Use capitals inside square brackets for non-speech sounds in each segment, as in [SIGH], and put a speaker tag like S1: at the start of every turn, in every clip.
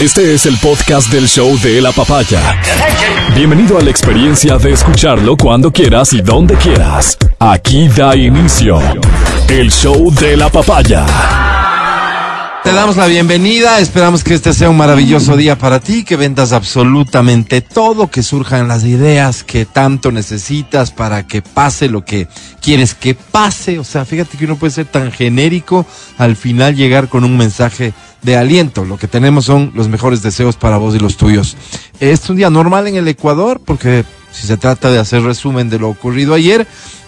S1: Este es el podcast del show de la papaya. Bienvenido a la experiencia de escucharlo cuando quieras y donde quieras. Aquí da inicio el show de la papaya.
S2: Te damos la bienvenida, esperamos que este sea un maravilloso día para ti, que vendas absolutamente todo, que surjan las ideas que tanto necesitas para que pase lo que quieres que pase. O sea, fíjate que uno puede ser tan genérico al final llegar con un mensaje de aliento. Lo que tenemos son los mejores deseos para vos y los tuyos. Es un día normal en el Ecuador porque si se trata de hacer resumen de lo ocurrido ayer,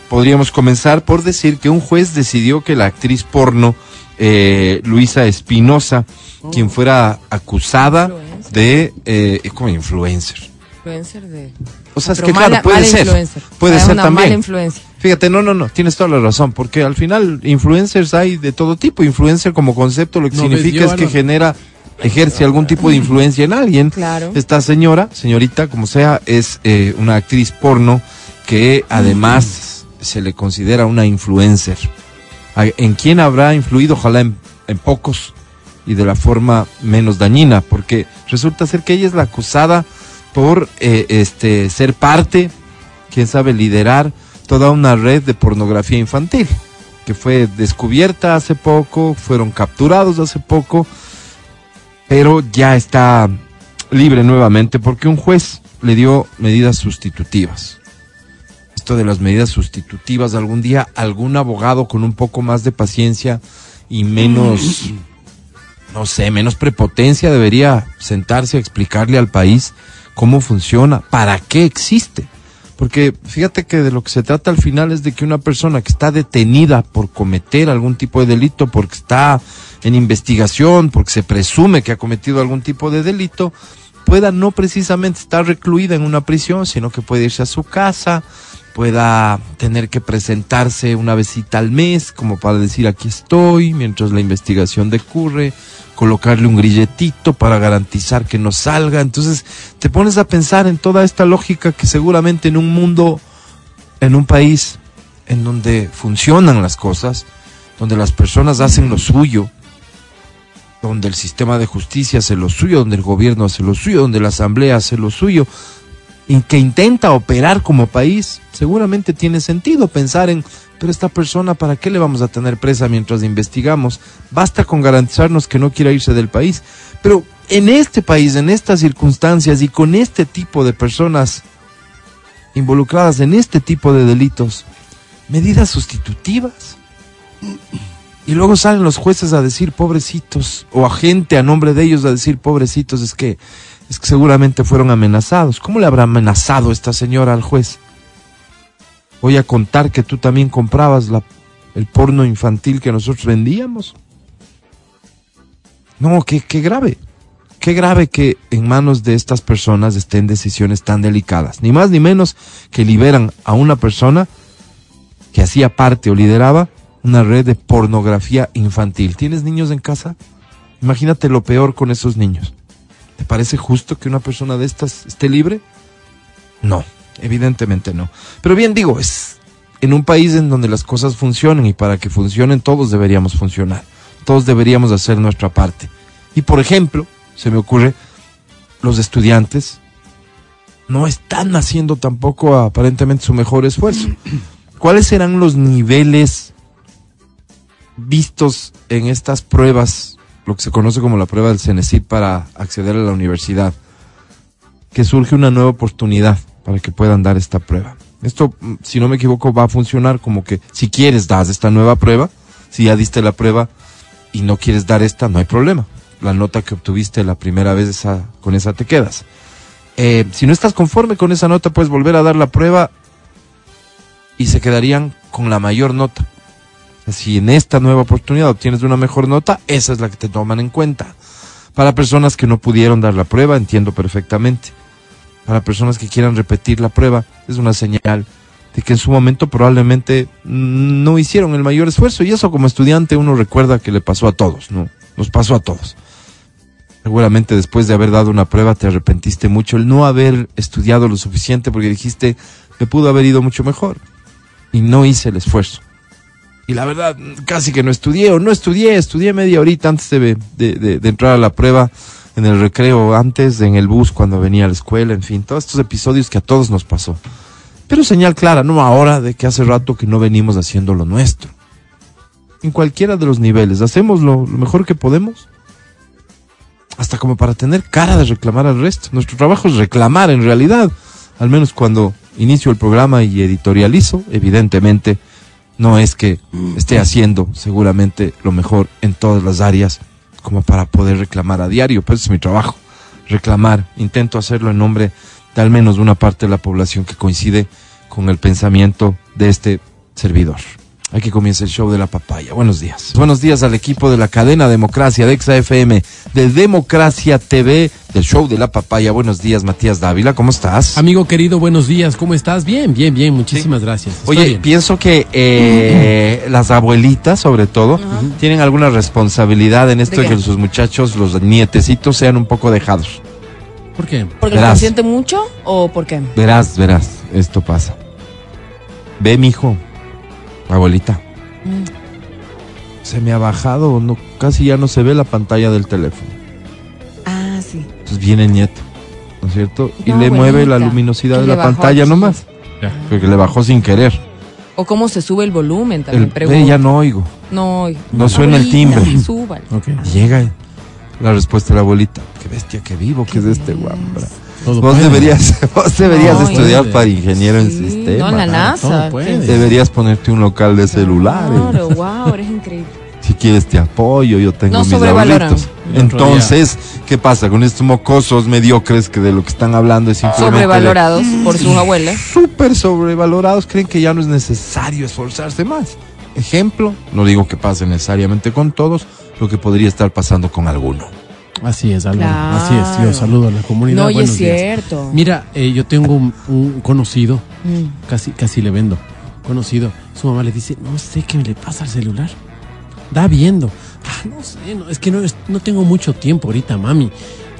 S2: podríamos comenzar por decir que un juez decidió que la actriz porno eh, Luisa Espinosa,
S3: Oh.
S2: quien fuera acusada de eh, es como influencer.
S3: Influencer de.
S2: O sea, es
S3: Pero
S2: que claro,
S3: mala-
S2: puede
S3: mala
S2: ser.
S3: influencer.
S2: Puede
S3: Ah,
S2: ser
S3: una
S2: también.
S3: mala influencia.
S2: Fíjate, no, no, no, tienes toda la razón, porque al final influencers hay de todo tipo. Influencer como concepto lo que
S4: No, pues,
S2: significa es que
S4: llévalo.
S2: genera, ejerce algún tipo de influencia en alguien.
S3: Claro.
S2: Esta señora, señorita, como sea, es eh, una actriz porno que además se le considera una influencer. ¿A- ¿En quién habrá influido? Ojalá en, en pocos y de la forma menos dañina, porque resulta ser que ella es la acusada por eh, este ser parte, quién sabe, liderar toda una red de pornografía infantil, que fue descubierta hace poco, fueron capturados hace poco, pero ya está libre nuevamente porque un juez le dio medidas sustitutivas. Esto de las medidas sustitutivas, algún día algún abogado con un poco más de paciencia y menos, no sé, menos prepotencia debería sentarse a explicarle al país cómo funciona, para qué existe. Porque fíjate que de lo que se trata al final es de que una persona que está detenida por cometer algún tipo de delito, porque está en investigación, porque se presume que ha cometido algún tipo de delito, pueda no precisamente estar recluida en una prisión, sino que puede irse a su casa, pueda tener que presentarse una visita al mes, como para decir aquí estoy, mientras la investigación decurre, colocarle un grilletito para garantizar que no salga. Entonces te pones a pensar en toda esta lógica que seguramente en un mundo, en un país en donde funcionan las cosas, donde las personas hacen lo suyo, donde el sistema de justicia hace lo suyo, donde el gobierno hace lo suyo, donde la asamblea hace lo suyo, y que intenta operar como país, seguramente tiene sentido pensar en, pero esta persona, ¿para qué le vamos a tener presa mientras investigamos? Basta con garantizarnos que no quiera irse del país. Pero en este país, en estas circunstancias y con este tipo de personas involucradas en este tipo de delitos, medidas sustitutivas. Y luego salen los jueces a decir pobrecitos, o a gente a nombre de ellos a decir pobrecitos, es que, es que seguramente fueron amenazados. ¿Cómo le habrá amenazado esta señora al juez? Voy a contar que tú también comprabas la, el porno infantil que nosotros vendíamos. No, qué, qué grave. Qué grave que en manos de estas personas estén decisiones tan delicadas. Ni más ni menos que liberan a una persona que hacía parte o lideraba una red de pornografía infantil. ¿Tienes niños en casa? Imagínate lo peor con esos niños. ¿Te parece justo que una persona de estas esté libre? No, evidentemente no. Pero bien digo, es en un país en donde las cosas funcionan y para que funcionen todos deberíamos funcionar. Todos deberíamos hacer nuestra parte. Y por ejemplo, se me ocurre, los estudiantes no están haciendo tampoco aparentemente su mejor esfuerzo. ¿Cuáles serán los niveles vistos en estas pruebas, lo que se conoce como la prueba del CENESID para acceder a la universidad? Que surge una nueva oportunidad para que puedan dar esta prueba. Esto, mm, si no me equivoco, va a funcionar como que si quieres das esta nueva prueba, si ya diste la prueba y no quieres dar esta, no hay problema. La nota que obtuviste la primera vez, esa, con esa te quedas. Eh, si no estás conforme con esa nota, puedes volver a dar la prueba y se quedarían con la mayor nota. O sea, Si en esta nueva oportunidad obtienes una mejor nota, esa es la que te toman en cuenta. Para personas que no pudieron dar la prueba, entiendo perfectamente. Para personas que quieran repetir la prueba, es una señal de que en su momento probablemente mm, no hicieron el mayor esfuerzo. Y eso como estudiante uno recuerda que le pasó a todos, ¿no? Nos pasó a todos. Seguramente después de haber dado una prueba te arrepentiste mucho el no haber estudiado lo suficiente porque dijiste, me pudo haber ido mucho mejor. Y no hice el esfuerzo. Y la verdad, casi que no estudié o no estudié, estudié media horita antes de, de- de- de entrar a la prueba. en el recreo, antes, en el bus, cuando venía a la escuela, en fin, todos estos episodios que a todos nos pasó. Pero señal clara, no ahora, de que hace rato que no venimos haciendo lo nuestro. En cualquiera de los niveles, hacemos lo, lo mejor que podemos. Hasta como para tener cara de reclamar al resto. Nuestro trabajo es reclamar en realidad. Al menos cuando inicio el programa y editorializo, evidentemente no es que esté haciendo seguramente lo mejor en todas las áreas como para poder reclamar a diario, pero es mi trabajo, reclamar. Intento hacerlo en nombre de al menos una parte de la población que coincide con el pensamiento de este servidor. Aquí comienza el show de la papaya. Buenos días. Buenos días al equipo de la cadena Democracia, de ExaFM, de Democracia TV, del show de la papaya. Buenos días, Matías Dávila. ¿Cómo estás?
S3: Amigo querido, buenos días. ¿Cómo estás? Bien, bien, bien. Muchísimas gracias. Estoy
S2: Oye,
S3: bien.
S2: pienso que eh, las abuelitas, sobre todo, tienen alguna responsabilidad en esto
S4: ¿De
S2: de,
S4: qué?
S2: que sus muchachos, los nietecitos, sean un poco dejados.
S3: ¿por qué?
S4: ¿Porque lo
S2: Verás.
S4: consiente mucho o por qué?
S2: Verás, verás, esto pasa. Ve, mijo, abuelita.
S4: Mm.
S2: Se me ha bajado, no, casi ya no se ve la pantalla del teléfono.
S4: Ah, sí.
S2: Entonces viene el nieto, ¿no es cierto? y
S4: No,
S2: le mueve la
S4: abuelita,
S2: luminosidad
S4: que
S2: de
S4: le
S2: la
S4: bajó,
S2: pantalla
S4: sí.
S2: nomás.
S3: Ya.
S2: Porque le bajó sin querer.
S4: O cómo se sube el volumen, también
S2: El, ve,
S4: pregunto.
S2: ya no oigo.
S4: No,
S2: No suena el
S4: abuelita, [LAUGHS]
S2: timbre.
S4: Súbalo.
S3: Ok.
S2: Llega la respuesta de la abuelita. Qué bestia, qué vivo que es este guambra.
S3: Todo
S2: Vos
S3: puede.
S2: deberías, [LAUGHS] vos deberías
S4: Pues No,
S2: estudiar
S3: puede.
S2: para ingeniero
S4: Sí,
S2: en sistema. pues.
S4: No, en la
S3: todo
S4: NASA.
S3: puede.
S4: ¿qué?
S2: Deberías ponerte un local de celulares.
S4: Claro, wow, eres
S2: [LAUGHS]
S4: increíble.
S2: Si quieres te apoyo, yo tengo
S4: No
S2: mis
S4: sobrevaloran.
S2: abuelitos.
S3: El otro
S2: Entonces, ¿qué pasa con estos mocosos mediocres que de lo que están hablando es simplemente de-
S4: Sobrevalorados ¿eh? por sus abuelas.
S2: súper sobrevalorados creen que ya no es necesario esforzarse más. Ejemplo, no digo que pase necesariamente con todos, lo que podría estar pasando con alguno.
S3: Así es, Álvaro.
S4: Claro.
S3: Así es. Yo saludo a la comunidad.
S4: No, y es
S3: Buenos días.
S4: cierto.
S3: Mira, eh, yo tengo un, un conocido,
S4: Mm.
S3: casi, casi le vendo. Conocido. Su mamá le dice, no sé qué le pasa al celular. Da viendo. Ah, no sé, no, es que no, es- no tengo mucho tiempo ahorita, mami.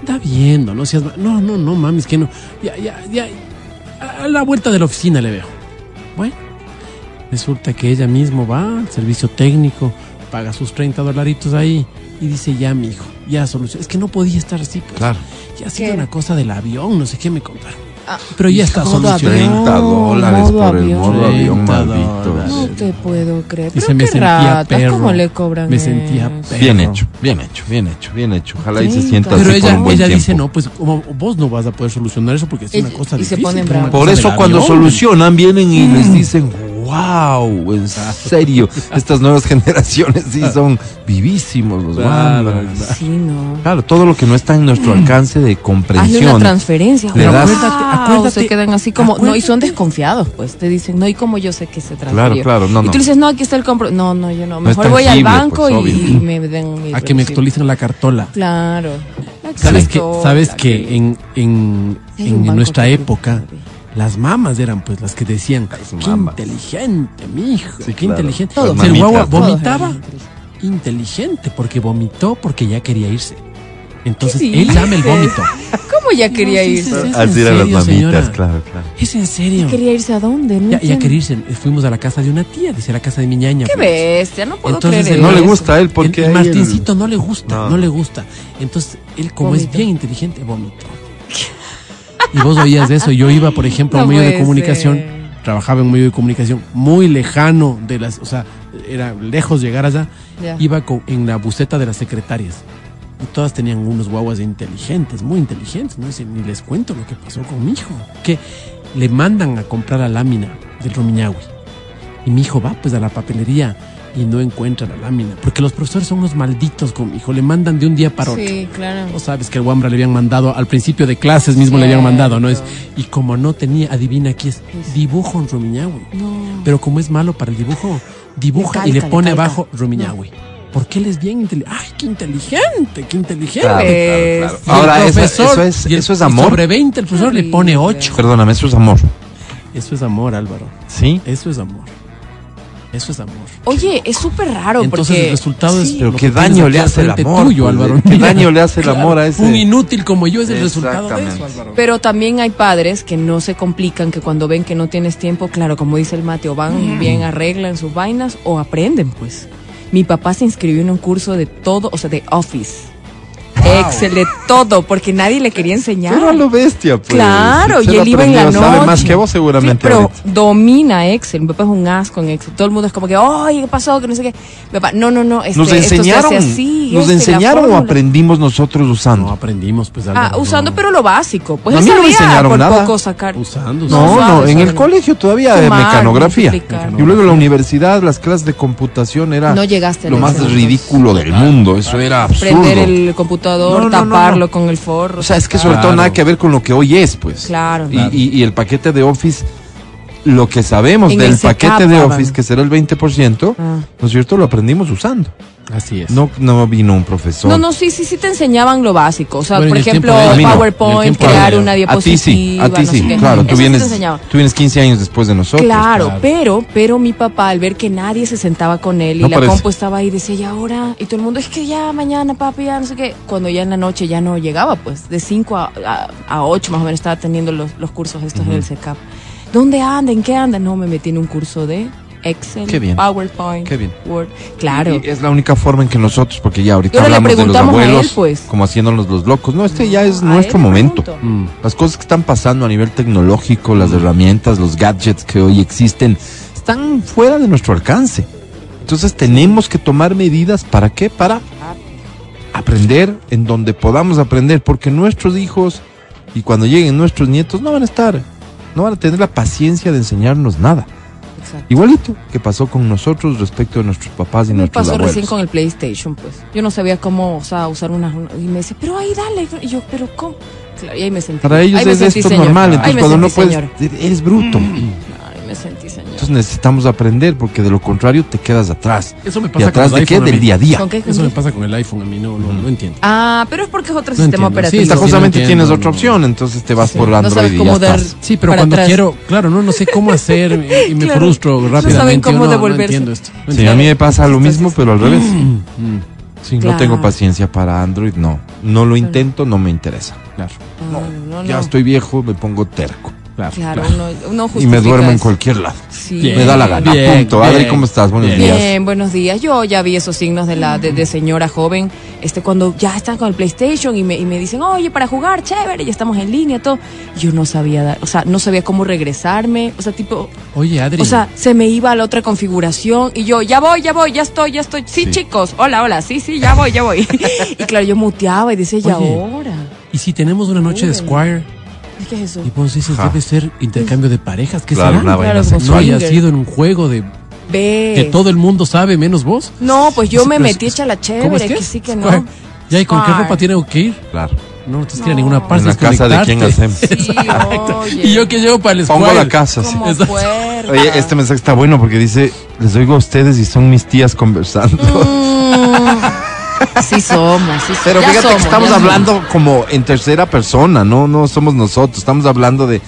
S3: Da viendo, no seas. ma- No, no, no, mami, es que no. Ya, ya, ya. A a la vuelta de la oficina le veo. Bueno, resulta que ella mismo va al servicio técnico, paga sus 30 dolaritos ahí y dice, ya, mi hijo, ya solución. Es que no podía estar así, pues.
S2: Claro.
S3: Ya
S4: ¿Qué
S3: ha sido
S4: era?
S3: una cosa del avión, no sé qué me contaron.
S4: Ah,
S3: Pero ya está
S4: modo
S3: solucionado.
S4: avión.
S2: 30 dólares
S4: modo
S2: por el
S4: avión.
S2: modo avión,
S3: 30
S2: maldito.
S3: dólares.
S4: No te puedo creer.
S3: Y
S4: Pero
S3: se me
S4: qué
S3: sentía
S4: ratas,
S3: perro.
S4: ¿Cómo le cobran
S3: Me sentía
S4: eso?
S3: perro.
S2: Bien hecho, bien hecho, bien hecho, bien hecho. Ojalá y se
S4: Sí,
S2: sienta
S4: claro.
S3: Pero
S2: así por
S3: ella,
S2: un buen
S3: ella
S2: tiempo.
S3: dice, no, pues como vos no vas a poder solucionar eso porque es una
S4: Y-
S3: cosa
S4: y se
S3: difícil.
S4: ponen
S3: es una
S4: bravos.
S3: cosa
S2: Por eso
S3: del
S2: cuando
S3: avión.
S2: solucionan vienen y
S3: Mm.
S2: les dicen, wow, en serio, estas nuevas [LAUGHS] generaciones sí son vivísimos los
S3: Claro, Mm.
S2: guambras".
S4: Sí, no.
S2: Claro, todo lo que no está en nuestro alcance de
S4: Hazle una
S2: comprensión.
S4: transferencia.
S2: Le
S4: wow,
S2: das-
S3: Acuérdate, acuérdate,
S4: se quedan así como. No, y son
S3: acuérdate.
S4: desconfiados, pues. Te dicen, no, ¿y cómo yo sé que se transfirió?
S2: Claro, claro, no,
S4: y
S2: no.
S4: tú dices, no, aquí está el compro. No, no, yo no.
S2: No es
S4: Mejor voy al
S2: tangible,
S4: banco
S2: pues,
S4: y
S2: obvio.
S4: me den mi.
S3: A que me
S4: recibo.
S3: actualicen la cartola.
S4: Claro. La
S3: ¿Sabes que,
S4: cartola,
S3: sabes que en, en,
S4: Hay
S3: en
S4: un banco
S3: nuestra
S4: que-
S3: época las mamas eran pues las que decían, qué
S2: mamas".
S3: inteligente, mijo,
S2: Sí,
S3: qué
S2: claro.
S3: inteligente.
S2: Todos.
S3: Si el guagua
S2: Mamitas, ¿no?
S3: vomitaba,
S4: Todos eran inteligentes.
S3: inteligente, porque vomitó porque ya quería irse. Entonces,
S4: ¿Qué
S3: él llama el
S4: dices?
S3: vómito.
S4: ¿Cómo ya quería
S3: sí,
S4: irse?
S3: sí, sí.
S2: Así eran las
S3: ¿En serio,
S2: mamitas,
S3: señora?
S2: claro, claro.
S3: Es en serio.
S4: ¿Quería irse a dónde? No
S3: Ya, ya
S4: entiendo.
S3: quería irse. Fuimos a la casa de una tía, dice la casa de mi ñaña.
S4: Qué
S3: fuimos.
S4: bestia, no puedo
S3: Entonces,
S4: creer.
S3: el-
S2: No le
S4: eso.
S2: gusta a él
S3: El-
S2: porque
S3: el
S2: hay el-
S3: Martincito no le gusta,
S2: No.
S3: no. le gusta. Entonces, él como es
S4: Vomitó.
S3: bien inteligente, vomitó. Y vos oías de eso. Yo iba, por ejemplo, a
S4: No
S3: un medio de
S4: puede
S3: comunicación,
S4: ser.
S3: trabajaba en un medio de comunicación muy lejano de las, o sea, era lejos llegar allá.
S4: Ya.
S3: Iba co- en la buceta de las secretarias. Y todas tenían unos guaguas inteligentes, muy inteligentes, ¿no? Dice, ni les cuento lo que pasó con mi hijo. Que le mandan a comprar la lámina del Romiñahui. Y mi hijo va pues a la papelería y no encuentra la lámina. Porque los profesores son unos malditos con mi hijo. Le mandan de un día para otro.
S4: Sí, claro.
S3: No sabes que el Wambra le habían mandado, al principio de clases mismo le habían
S4: Cierto.
S3: mandado, ¿no? es Y como no tenía, adivina aquí es, dibujo en Rumiñahui.
S4: No.
S3: Pero como es malo para el dibujo, dibuja
S4: Le
S3: y le
S4: calca, le
S3: pone
S4: calca.
S3: abajo Rumiñahui. Porque él es bien inteligente. ¡Ay, qué inteligente! ¡Qué inteligente!
S2: Claro,
S4: ves?
S2: claro, claro.
S3: Y el
S2: Ahora, eso,
S3: profesor-
S2: eso es,
S3: y el-
S2: eso es
S3: y
S2: amor.
S3: Sobre 20 el profesor le pone 8.
S2: Perdóname, eso es amor.
S3: Eso es amor, Álvaro.
S2: ¿Sí?
S3: Eso es amor. Eso es amor.
S4: Oye, es súper raro
S3: Entonces
S4: porque.
S3: el resultado es.
S4: Sí.
S2: Pero
S3: lo
S2: qué
S3: que tienes
S2: daño
S3: aquí
S2: le
S3: al
S2: hace el
S3: frente
S2: amor.
S3: tuyo,
S2: pues,
S3: Álvaro.
S2: Qué
S3: Mira,
S2: daño le hace el
S3: claro,
S2: amor a
S3: Un
S2: ese.
S3: inútil como yo es el resultado de eso,
S2: Exactamente.
S3: Álvaro.
S4: Pero también hay padres que no se complican, que cuando ven que no tienes tiempo, claro, como dice el Mateo, van bien, arreglan sus vainas o aprenden, pues. Mi papá se inscribió en un curso de todo, o sea, de office. Excel, de todo, porque nadie le quería enseñar.
S2: Pero a lo bestia, pues.
S4: Claro,
S2: Se
S4: y
S2: lo
S4: él iba en la
S2: aprendió,
S4: noche.
S2: Sabe más que vos seguramente.
S4: Sí, pero
S2: ahorita.
S4: domina Excel. Mi papá es un asco en Excel. Todo el mundo es como que, ay, ¿qué pasó? Que no sé qué. Mi papá, no, no, no. Este,
S2: nos enseñaron,
S4: esto se hace así.
S2: nos
S4: este, la
S2: enseñaron o
S4: fórmula".
S2: aprendimos nosotros
S3: No
S2: usando.
S3: aprendimos, pues.
S4: Ah,
S3: Álvaro,
S4: usando,
S3: no.
S4: pero lo básico. Pues
S2: No,
S4: él
S2: a mí no me
S4: sabía
S2: enseñaron
S4: por
S2: nada.
S4: poco sacar.
S3: Usando,
S2: No, no,
S3: usando.
S4: sabes,
S2: en el
S4: sabe.
S2: colegio todavía de
S4: Sumar,
S2: mecanografía.
S4: multiplicar.
S2: Y luego en la universidad las clases de computación era
S4: No llegaste a
S2: lo
S4: leer
S2: más
S4: esas
S2: ridículo del mundo. Eso era absurdo.
S4: Prender el computador,
S2: No, no, no, no.
S4: taparlo con el forro.
S2: O sea, es que
S4: sacar.
S2: sobre todo
S3: Claro.
S2: nada que ver con lo que hoy es, pues.
S4: Claro.
S2: Y, y- y el paquete de Office, lo que sabemos
S4: En
S2: del
S4: el SECAP
S2: paquete de
S4: daban.
S2: Office, que será el 20%,
S4: Ah.
S2: ¿no es cierto? Lo aprendimos usando.
S3: Así es.
S2: No, no vino un profesor.
S4: No, no, sí, sí, sí te enseñaban lo básico. O sea,
S3: Bueno,
S4: por
S3: en el
S4: ejemplo,
S3: tiempo de-
S2: A mí no.
S3: En el
S4: PowerPoint,
S3: tiempo de-
S4: crear una
S2: A ti sí,
S4: diapositiva.
S2: a ti
S4: no
S2: sí,
S4: sé qué.
S2: claro.
S4: Eso
S2: Tú
S4: sí te
S2: vienes,
S4: enseñaban.
S2: tú vienes 15 años después de nosotros.
S4: Claro,
S3: claro.
S4: pero, pero mi papá al ver que nadie se sentaba con él y
S2: No
S4: la
S2: parece.
S4: compu estaba ahí, decía, ¿y ahora? Y todo el mundo, es que ya mañana, papi, ya no sé qué. Cuando ya en la noche ya no llegaba, pues, de 5 a, a, 8 más o menos estaba teniendo los, los cursos estos en el SECAP. ¿Dónde anda? ¿En qué anda? No, me metí en un curso de Excel,
S2: Qué bien.
S4: PowerPoint,
S2: Qué bien.
S4: Word. Claro.
S2: Y es la única forma en que nosotros, porque ya ahorita
S4: Y ahora le
S2: hablamos de los
S4: preguntamos a él,
S2: abuelos,
S4: pues.
S2: como haciéndonos los locos. No, este ya es
S4: A
S2: nuestro
S4: él le
S2: momento.
S4: pregunto.
S3: Mm.
S2: Las cosas que están pasando a nivel tecnológico,
S4: Mm.
S2: las herramientas, los gadgets que hoy existen, están fuera de nuestro alcance. Entonces tenemos que tomar medidas para qué? Para aprender en donde podamos aprender, porque nuestros hijos y cuando lleguen nuestros nietos no van a estar, no van a tener la paciencia de enseñarnos nada.
S4: Exacto.
S2: Igualito que pasó con nosotros respecto de nuestros papás y
S4: Me
S2: nuestros
S4: pasó
S2: abuelos.
S4: recién con el PlayStation, pues. Yo no sabía cómo, o sea, usar una, una- y me decía, pero ahí dale. Y yo, pero ¿cómo? Claro, y ahí me sentí.
S2: Para ellos
S4: ahí me
S2: es
S4: sentí
S2: esto
S4: señora.
S2: normal,
S4: Ahí
S2: entonces
S4: me
S2: cuando no
S4: sentí Mm.
S2: puedes, eh,
S4: señora.
S2: eres bruto.
S4: Ay, me sentí señor.
S2: Entonces necesitamos aprender porque de lo contrario te quedas atrás.
S3: Eso me
S2: ¿Y
S3: pasa
S2: atrás
S3: con el
S2: de qué?
S3: iPhone a
S2: Del
S3: mí.
S2: día a día.
S4: ¿Con qué?
S3: Eso me pasa con el iPhone a mí, no, no, no entiendo.
S4: Ah, pero es porque es otro
S3: No
S4: sistema
S3: entiendo.
S4: operativo.
S3: Sí,
S2: Esta
S3: no, cosa-
S2: justamente
S3: no entiendo,
S2: tienes
S3: no.
S2: otra opción, entonces te vas
S4: Sí.
S2: por
S4: No
S2: Android
S4: sabes
S2: y ya
S4: cómo dar-
S2: estás.
S3: Sí, pero
S4: Para
S3: cuando
S4: atrás.
S3: quiero, claro, no, no sé [LAUGHS] cómo hacer y, y me
S4: Claro.
S3: frustro
S4: No
S3: rápidamente.
S4: saben cómo
S3: Yo no,
S4: devolverse.
S3: No entiendo esto. no
S2: Sí, a mí me pasa lo
S4: Entonces- mm.
S2: mismo, pero al revés. Sí, no
S4: Claro.
S2: tengo paciencia para Android, no. No lo intento, no me interesa. Claro.
S4: Ah, no, no,
S2: Ya estoy viejo, me pongo terco.
S3: Claro,
S4: Claro,
S3: claro.
S4: uno, uno
S2: Y
S4: justifica
S2: me duermo en
S4: eso.
S2: cualquier lado.
S4: Sí.
S3: Bien.
S2: Me da la gana.
S3: Bien,
S2: Punto. Adri,
S3: bien,
S2: ¿cómo estás? Buenos
S3: bien.
S2: días.
S4: Bien, buenos días. Yo ya vi esos signos de la de, de señora joven, este cuando ya están con el PlayStation y me, y me dicen, oye, para jugar, chévere, ya estamos en línea, todo. Yo no sabía dar, o sea, no sabía cómo regresarme, o sea, tipo,
S3: Oye, Adri.
S4: o sea, se me iba a la otra configuración y yo, ya voy, ya voy, ya estoy, ya estoy. Sí,
S3: Sí.
S4: chicos, hola, hola, sí, sí, ya voy, ya voy.
S3: [LAUGHS]
S4: y claro, yo muteaba y decía, ¿y
S3: Oye.
S4: ahora?
S3: ¿y si tenemos una noche de Squire?
S4: ¿Qué es eso?
S3: Y vos dices,
S2: Ja.
S3: debe ser intercambio de parejas. ¿Qué
S2: Claro, una
S3: será?
S2: vaina
S4: Claro, como
S3: No
S2: sexual.
S3: haya
S4: Swinger.
S3: sido en un juego de
S4: Ve.
S3: que todo el mundo sabe menos vos.
S4: No, pues yo
S3: Sí,
S4: me
S3: pero
S4: metí
S3: es-
S4: hecha la chévere,
S3: ¿Cómo es que
S4: que,
S3: es? [LAUGHS]
S4: sí que no.
S3: Squire. Ya, ¿y con qué
S4: Squire.
S3: ropa tiene que ir?
S2: Claro.
S3: No, no te tienes que ir a
S4: No.
S3: ninguna parte.
S2: En la
S3: es
S2: casa de quién
S3: conectarte.
S2: hacemos.
S4: Sí, oye.
S3: [LAUGHS] Y yo que llevo para el Squire.
S2: [LAUGHS] Pongo la casa. sí.
S4: como
S3: Exacto.
S4: puerta.
S2: Oye, este mensaje está bueno porque dice, les oigo a ustedes y son mis tías conversando.
S4: Mm, sí somos, sí somos.
S2: [LAUGHS] Pero
S4: Ya
S2: fíjate
S4: somos,
S2: que estamos
S4: ya somos.
S2: hablando como en tercera persona, no no somos nosotros, estamos hablando de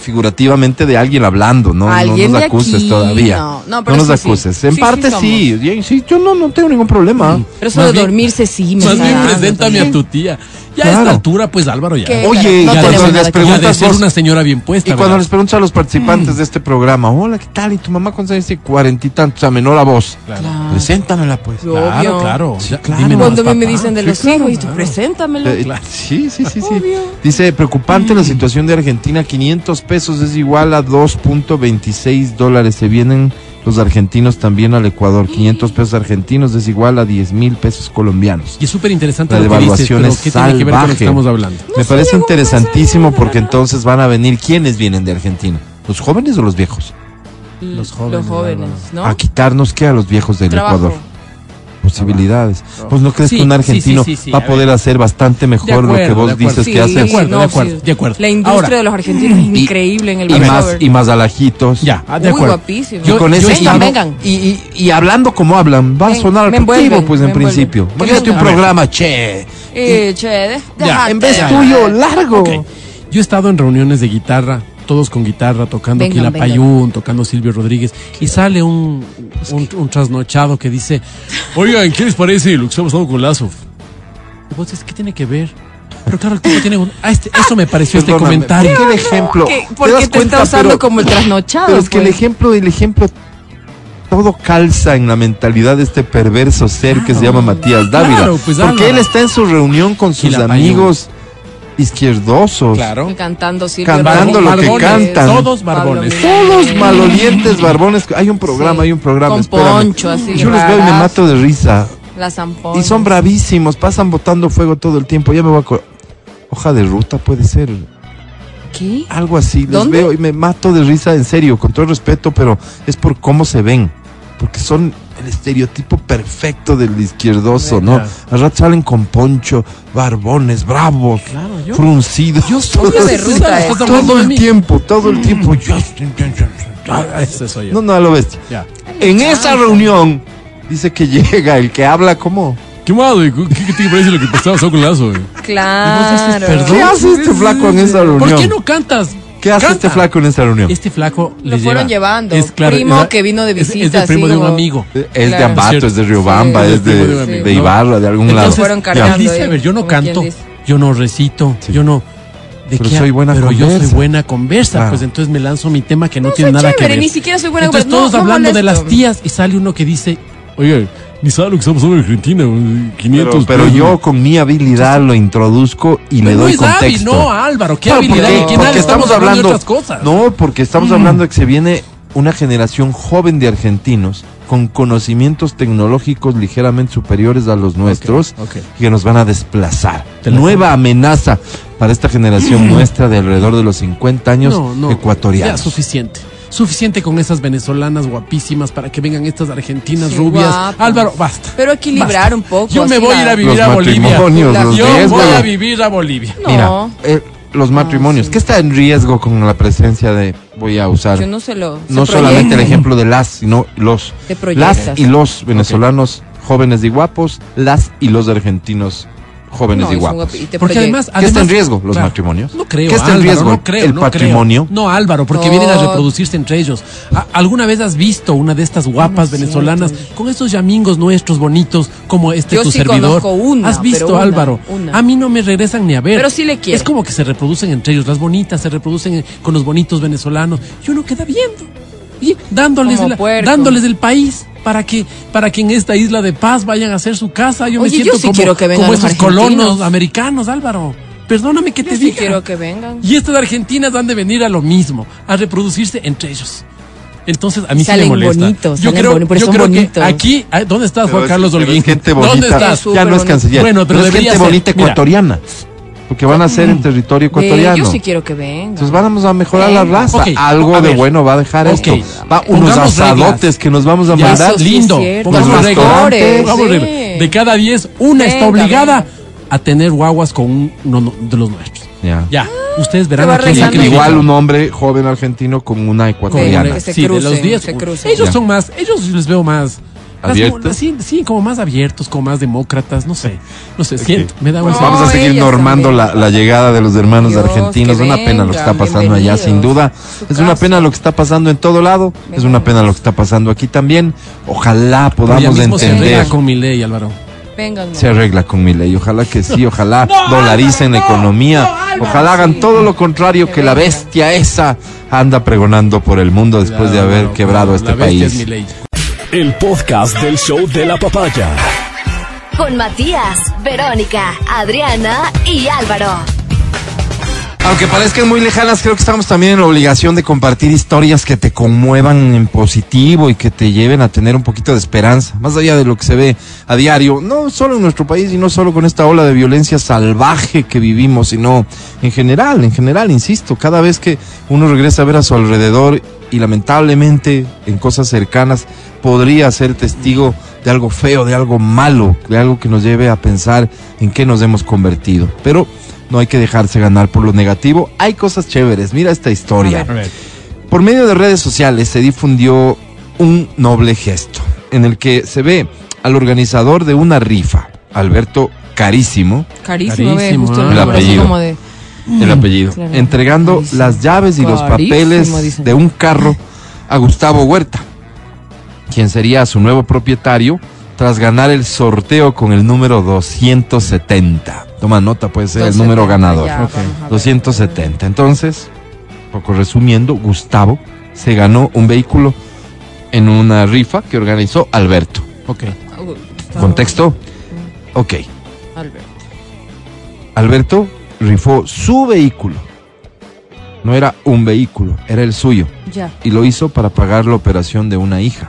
S2: figurativamente de alguien hablando, no,
S4: Alguien
S2: no nos
S4: de
S2: acuses
S4: aquí,
S2: todavía.
S4: no. No, pero
S2: nos
S4: sí, sí.
S2: acuses. En
S4: Sí, sí
S2: parte
S4: somos.
S2: sí, bien, sí, yo no, no tengo ningún problema.
S4: Pero eso
S3: Más
S4: de
S3: bien-
S4: dormirse sí me
S3: Más
S4: está
S3: bien
S4: dando
S3: preséntame
S4: también.
S3: a tu tía. Ya a
S2: Claro.
S3: esta altura, pues Álvaro, ya.
S4: ¿Qué?
S2: Oye,
S4: No
S2: y cuando les
S4: tenemos nada que-
S3: Ya de
S2: preguntas
S3: ser
S2: vos-
S3: una señora bien puesta.
S2: y cuando
S3: ¿verdad?
S2: les preguntas a los
S4: Mm.
S2: participantes de este programa, hola, ¿qué tal? ¿Y tu mamá cuántos años tiene? Cuarenta y tantos, o sea, menor a vos.
S4: Claro.
S2: Preséntamela pues.
S4: Yo-
S3: Claro,
S4: Obvio.
S3: claro.
S2: Sí,
S3: Ya,
S2: claro.
S3: dime nomás,
S4: Cuando a mí me
S3: papá.
S4: dicen de
S3: Sí,
S4: los
S3: claro,
S4: hijos, y tú
S3: claro.
S4: preséntamelo.
S2: Eh, Sí, sí, sí, sí.
S4: Obvio. Mm.
S2: Dice, preocupante la situación de Argentina, 500 pesos es igual a 2.26 dólares. Se vienen los argentinos también al Ecuador.
S4: Mm.
S2: 500 pesos argentinos es igual a 10 mil pesos colombianos.
S3: Y es súper interesante
S2: La
S3: lo que dices,
S2: devaluación
S3: pero
S2: es
S3: ¿qué tiene que ver con lo
S2: salvaje.
S3: que estamos hablando?
S2: Me parece interesantísimo porque entonces van a venir, ¿quiénes vienen de Argentina? ¿Los jóvenes o los viejos?
S3: Los
S4: Los
S3: jóvenes,
S4: jóvenes, Ah, ¿no?
S2: A quitarnos, ¿qué? A los viejos del
S4: Trabajo.
S2: Ecuador. Posibilidades. Pues no crees
S3: Sí,
S2: que un
S3: sí,
S2: argentino
S3: sí, sí, sí,
S2: va a
S3: a
S2: poder hacer bastante mejor lo que
S3: acuerdo, de
S2: vos
S3: acuerdo.
S2: dices
S4: Sí,
S2: que hace
S3: De acuerdo,
S4: no,
S3: de acuerdo,
S4: sí.
S3: de acuerdo.
S4: La industria
S3: Ahora,
S4: de los argentinos es
S2: y-
S4: increíble en el
S2: y más,
S4: crossover.
S2: y más alajitos.
S3: Ya, ah, de
S4: Muy
S3: acuerdo.
S4: guapísimo.
S2: y con
S3: Yo-
S2: ese
S3: yo
S2: estado-
S4: vengan.
S2: Y, y- y hablando como hablan, va a
S4: Ven,
S2: sonar
S4: me
S2: atractivo,
S4: envuelven,
S2: pues
S4: me
S2: en
S4: envuelven.
S2: principio.
S4: Que
S2: Imagínate un
S4: vengan.
S2: programa, che.
S4: Eh, che, de- déjate.
S2: en vez
S3: ya, ya,
S2: tuyo, largo. Este
S3: Ok. Yo he estado en reuniones de guitarra, todos con guitarra, tocando
S4: Vengan,
S3: Kila
S4: vengan.
S3: Payún, tocando Silvio Rodríguez, y sale un, un, un trasnochado que dice, oigan, ¿qué les parece lo que estamos hablando con Lazov? Y vos dices, ¿qué tiene que ver? Pero claro, el tipo tiene un... Ah, este, eso me pareció este
S2: Perdóname,
S3: comentario.
S2: ¿Qué de ejemplo?
S4: Que-
S2: das
S4: Porque te
S2: cuenta,
S4: está usando
S2: pero-
S4: como el trasnochado.
S2: Pero es que el
S4: pues.
S2: ejemplo, el ejemplo todo calza en la mentalidad de este perverso ser que se
S3: Claro.
S2: llama Matías Dávila.
S3: Claro, pues,
S2: porque
S3: Álvaro.
S2: él está en su reunión con sus
S3: Quilapayo.
S2: amigos izquierdosos.
S5: Claro.
S4: Cantando Silvio
S2: Cantando
S4: Rodríguez.
S2: lo que
S4: Barbones.
S2: cantan.
S3: Todos barbones.
S4: Pablo
S2: Todos
S4: Milanés.
S2: malolientes barbones. Hay un programa,
S4: Sí.
S2: hay un programa.
S4: Con
S2: espérame.
S4: poncho, así,
S2: Yo les veo y me
S4: raras.
S2: mato de risa.
S4: La zampona.
S2: Y son bravísimos, pasan botando fuego todo el tiempo. Ya me voy a. co- Hoja de ruta puede ser.
S4: ¿Qué?
S2: Algo así. Los
S4: ¿Dónde?
S2: veo y me mato de risa, en serio, con todo respeto, pero es por cómo se ven. Porque son el estereotipo perfecto del izquierdoso, ¿no?
S3: Venga.
S2: Al rato salen con poncho, barbones, bravos,
S3: Claro, yo-
S2: fruncidos.
S3: Yo soy
S4: Hoja de ruta, eh.
S3: Estás hablando
S2: todo
S3: de
S2: el
S3: mí.
S2: tiempo, todo el tiempo. Yo estoy-
S3: Ah, ese soy yo.
S2: No, no, a lo bestia.
S3: Ya.
S2: En esa reunión dice que [LAUGHS] llega el que habla como...
S6: ¿Qué más, güey? ¿Qué, qué te parece lo que pasaba con Lazo, güey?
S4: Claro.
S3: Perdón.
S2: ¿Qué hace este flaco en esa reunión?
S3: ¿Por qué no cantas?
S2: ¿Qué hace
S3: Canta.
S2: este flaco en esa reunión?
S3: Este flaco
S4: Lo
S3: le
S4: fueron
S3: lleva-
S4: llevando.
S3: Es claro,
S4: primo
S3: es la-
S4: que vino de
S3: es-
S4: visita.
S3: Es, del primo
S4: así
S3: de un
S4: como-
S3: amigo.
S2: Es de
S4: Claro.
S2: Ambato, es de Riobamba,
S4: Sí.
S2: es de,
S3: Es de
S2: de
S4: Riobamba.
S2: Ibarra, de algún
S4: Entonces,
S2: lado.
S4: fueron
S2: Ya.
S4: cargando.
S3: Él dice,
S4: ahí,
S3: a ver, yo no
S4: como quien
S3: canto,
S4: dice.
S3: yo no recito,
S2: Sí.
S3: yo no... ¿de
S2: Pero
S3: qué?
S2: soy buena
S3: Pero yo soy
S2: conversa.
S3: buena conversa,
S2: Claro.
S3: pues entonces me lanzo mi tema que no,
S4: No,
S3: tiene
S4: soy
S3: nada
S4: chévere,
S3: que ver.
S4: ni siquiera soy buena
S3: entonces
S4: conversa,
S3: todos
S4: no, no
S3: hablando de
S4: molesto.
S3: las tías y sale uno que dice,
S6: Oiga, ni sabe lo que estamos hablando en Argentina, güey. 500
S2: Pero, pero
S6: pesos.
S2: yo con mi habilidad lo introduzco y le
S3: no
S2: doy
S3: es Davi,
S2: contexto.
S3: no Álvaro, qué
S2: Claro,
S3: habilidad,
S2: porque-
S3: ¿de qué tal?
S2: porque
S3: estamos hablando de otras cosas. Mm.
S2: No, porque estamos hablando de que se viene una generación joven de argentinos con conocimientos tecnológicos ligeramente superiores a los nuestros
S3: ok.
S2: que nos van a desplazar.
S3: Te la Mm.
S2: Nueva amenaza para esta generación nuestra de alrededor de los 50 años
S3: No, no, Ya,
S2: ecuatorianos.
S3: suficiente. Suficiente con esas venezolanas guapísimas para que vengan estas argentinas
S4: Sí,
S3: rubias.
S4: guapo.
S3: Álvaro, basta.
S4: Pero equilibrar
S3: Basta.
S4: un poco,
S3: Yo me
S4: así
S3: voy
S4: la-
S3: a ir a
S2: los
S3: vivir a Bolivia.
S2: matrimonios, los
S3: Yo voy
S2: riesgos.
S3: a vivir a Bolivia.
S4: No,
S2: Mira, eh, los matrimonios,
S4: sí.
S2: ¿qué está en riesgo con la presencia de, voy a usar,
S4: yo
S2: no,
S4: no se lo. se
S2: solamente el
S4: proyecta.
S2: ejemplo de las, sino los,
S4: Te proyectas.
S2: las y los venezolanos jóvenes y guapos, las y los argentinos jóvenes y
S4: No, es un
S2: guapos.
S4: guapi- y te
S3: Porque
S4: proyecta.
S3: además,
S2: ¿Qué está en
S3: además-
S2: riesgo? ¿Los
S3: Claro.
S2: matrimonios?
S3: No creo.
S2: ¿Qué está en
S3: Álvaro,
S2: riesgo?
S3: No creo,
S2: ¿El
S3: no
S2: patrimonio?
S3: creo. No, Álvaro, porque
S4: No.
S3: vienen a reproducirse entre ellos. A- ¿Alguna vez has visto una de estas guapas
S4: No es
S3: venezolanas
S4: cierto.
S3: con estos yamingos nuestros bonitos como este
S4: Yo
S3: tu
S4: sí
S3: servidor?
S4: conozco una,
S3: ¿Has visto,
S4: pero una,
S3: Álvaro?
S4: una.
S3: A mí no me regresan ni a ver.
S4: Pero sí le quiero.
S3: Es como que se reproducen entre ellos. Las bonitas se reproducen eh, con los bonitos venezolanos. Y uno queda viendo. Y dándoles,
S4: Como
S3: la-
S4: puerco.
S3: dándoles el país. Para que, para que en esta isla de paz vayan a hacer su casa. Yo
S4: Oye,
S3: me
S4: yo
S3: siento
S4: sí
S3: como,
S4: quiero que vengan
S3: como
S4: los
S3: esos colonos
S4: argentinos.
S3: americanos, Álvaro. Perdóname que
S4: Yo
S3: te
S4: sí
S3: diga.
S4: quiero que vengan.
S3: Y estas argentinas han de venir a lo mismo, a reproducirse entre ellos. Entonces, a mí sí
S4: Salen
S3: me molesta.
S4: bonitos,
S3: yo
S4: salen
S3: creo,
S4: boni- pero
S3: yo
S4: son
S3: creo que
S4: bonitos.
S3: aquí, ah, ¿dónde estás,
S2: Pero
S3: Juan
S2: es-
S3: Carlos
S2: pero es
S3: Holguín?
S2: gente
S3: ¿Dónde
S2: bonita.
S3: estás?
S2: Ya no es canciller.
S3: Bueno, pero
S2: es gente
S3: debería ser.
S2: bonita
S3: Mira.
S2: ecuatoriana. Porque van a ser en territorio
S4: Ve,
S2: ecuatoriano.
S4: yo sí quiero que vengan.
S2: Entonces vamos a mejorar la
S4: Venga.
S2: raza.
S3: Ok,
S2: Algo
S3: a
S2: de
S3: ver.
S2: bueno va a dejar
S3: Ok.
S2: esto. Va unos
S3: Pongamos
S2: asadotes
S3: reglas.
S2: que nos vamos a
S3: Ya,
S2: mandar.
S4: Eso sí es
S3: lindo.
S4: cierto.
S3: Pongamos
S2: Los
S3: regla.
S2: restaurantes.
S3: Pongamos
S4: Sí.
S3: regla. De cada 10, una está
S4: Venga,
S3: obligada
S4: venga.
S3: a tener guaguas con un- uno no- de los nuestros.
S2: Ya.
S3: Ya, ustedes verán
S4: Ah, va
S3: a quién
S2: Sí,
S4: arreglando.
S3: sacrifican.
S2: Igual un hombre joven argentino con una
S3: Con
S4: Diana.
S3: una-
S2: ecuatoriana.
S4: Que se
S3: sí, de
S4: crucen,
S3: los 10.
S4: se crucen.
S3: Ellos
S2: Ya.
S3: son más, ellos les veo más. más
S2: ¿Abiertos?
S3: mo- Sí, sí, como más abiertos, como más demócratas, no sé. No sé, siento, me da un
S2: Pues
S4: No,
S2: vamos a seguir
S4: ellos
S2: normando
S4: también.
S2: la, la llegada de los hermanos
S4: Dios,
S2: argentinos.
S4: que
S2: Una pena lo que está
S4: vengan,
S2: pasando allá, sin duda.
S4: bienvenidos.
S2: Es
S4: Su
S2: una
S4: casa.
S2: pena lo que está pasando en todo lado. Es una
S4: Vengan.
S2: pena lo que está pasando aquí también. Ojalá podamos
S3: mismo se
S2: entender.
S3: arregla con mi ley, Álvaro.
S4: Vengan.
S2: se arregla con mi ley. Ojalá que sí, ojalá dolaricen la economía. ojalá hagan todo lo contrario que la bestia esa anda pregonando por el mundo después de haber
S3: Álvaro,
S2: quebrado
S3: la
S2: este
S3: bestia
S2: país.
S3: es Milei.
S1: El podcast del show de la papaya.
S7: Con Matías, Verónica, Adriana y Álvaro.
S2: Aunque parezcan muy lejanas, creo que estamos también en la obligación de compartir historias que te conmuevan en positivo y que te lleven a tener un poquito de esperanza, más allá de lo que se ve a diario, no solo en nuestro país y no solo con esta ola de violencia salvaje que vivimos, sino en general, en general, insisto, cada vez que uno regresa a ver a su alrededor y lamentablemente en cosas cercanas podría ser testigo de algo feo, de algo malo, de algo que nos lleve a pensar en qué nos hemos convertido. Pero no hay que dejarse ganar por lo negativo. Hay cosas chéveres. Mira esta historia. Por medio de redes sociales se difundió un noble gesto en el que se ve al organizador de una rifa, Alberto Carísimo,
S4: Carísimo, ve,
S3: Carísimo,
S4: justo
S3: ah.
S4: el nombre,
S2: El
S4: así
S2: apellido.
S4: como de.
S2: el apellido,
S4: claro.
S2: entregando
S4: Carísimo.
S2: las llaves y los
S4: Carísimo,
S2: papeles
S4: dicen.
S2: de un carro a Gustavo Huerta, quien sería su nuevo propietario tras ganar el sorteo con el número 270. Toma nota, puede ser el número
S4: 270,
S2: ganador.
S4: ya, vamos a ver.
S2: 270. Entonces, poco resumiendo, Gustavo se ganó un vehículo en una rifa que organizó Alberto.
S3: Ok.
S4: Uh, está-
S2: ¿Contexto?
S4: Mm.
S2: Ok.
S4: Albert.
S2: Alberto rifó su vehículo. No era un vehículo, era el suyo.
S4: Ya.
S2: y lo hizo para pagar la operación de una hija,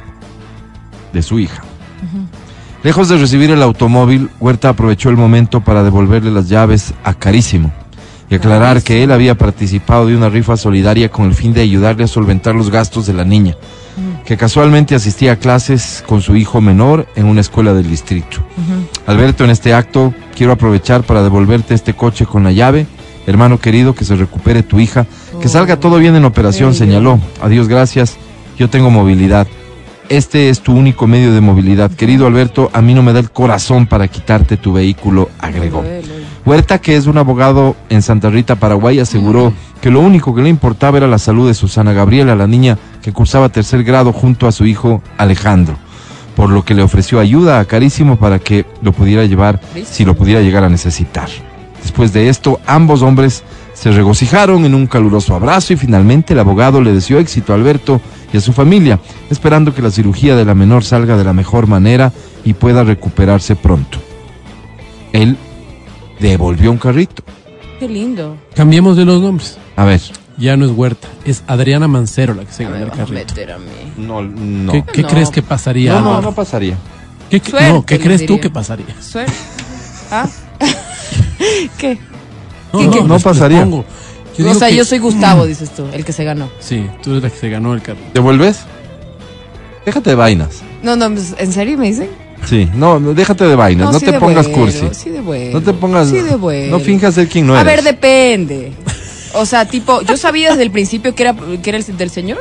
S2: de su hija. Lejos de recibir el automóvil, Huerta aprovechó el momento para devolverle las llaves a Carísimo y aclarar que él había participado de una rifa solidaria con el fin de ayudarle a solventar los gastos de la niña, que casualmente asistía a clases con su hijo menor en una escuela del distrito. Alberto, en este acto quiero aprovechar para devolverte este coche con la llave. Hermano querido, que se recupere tu hija. Que salga todo bien en operación,
S4: Bello.
S2: señaló. Adiós, gracias. Yo tengo movilidad. Este es tu único medio de movilidad. Querido Alberto, a mí no me da el corazón para quitarte tu vehículo, agregó. Huerta, que es un abogado en Santa Rita, Paraguay, aseguró que lo único que le importaba era la salud de Susana Gabriela, la niña que cursaba tercer grado junto a su hijo Alejandro, por lo que le ofreció ayuda a Carísimo para que lo pudiera llevar si lo pudiera llegar a necesitar. Después de esto, ambos hombres se regocijaron en un caluroso abrazo y finalmente el abogado le deseó éxito a Alberto y a su familia, esperando que la cirugía de la menor salga de la mejor manera y pueda recuperarse pronto. Él devolvió un carrito.
S4: Qué lindo.
S3: Cambiemos de los nombres.
S2: A ver.
S3: Ya no es Huerta, es Adriana Mancero la que se
S4: No
S3: ganó
S4: me
S3: el
S4: vas a
S3: carrito.
S4: meter a mí.
S2: No, no.
S3: ¿Qué, qué
S4: No.
S3: crees que pasaría?
S2: No, no,
S3: Álvaro?
S2: no pasaría.
S3: ¿Qué, qué-
S4: Suerte,
S3: no, ¿qué
S4: les
S3: crees tú
S4: diría.
S3: que pasaría?
S2: [LAUGHS]
S4: Suerte. ¿Ah? [LAUGHS] ¿Qué?
S3: No,
S4: ¿Qué- qué?
S2: No
S3: les- les
S2: pasaría.
S3: pongo. Yo
S4: o
S3: digo
S4: sea,
S3: que- mm.
S4: yo soy Gustavo, dices tú, el que se ganó.
S3: Sí, tú eres la que se ganó el carrito.
S2: ¿Devuelves? Déjate de vainas.
S4: No, no, pues, ¿en serio me dicen?
S2: Sí, no, no, déjate de vainas. No,
S4: sí
S2: te
S4: devuelvo,
S2: pongas cursi.
S4: Sí devuelvo,
S2: No te pongas.
S4: Sí devuelvo.
S2: no finjas ser quien no
S4: A
S2: eres.
S4: ver, depende. O sea, tipo, ¿yo sabía desde el principio que era, que era el del señor?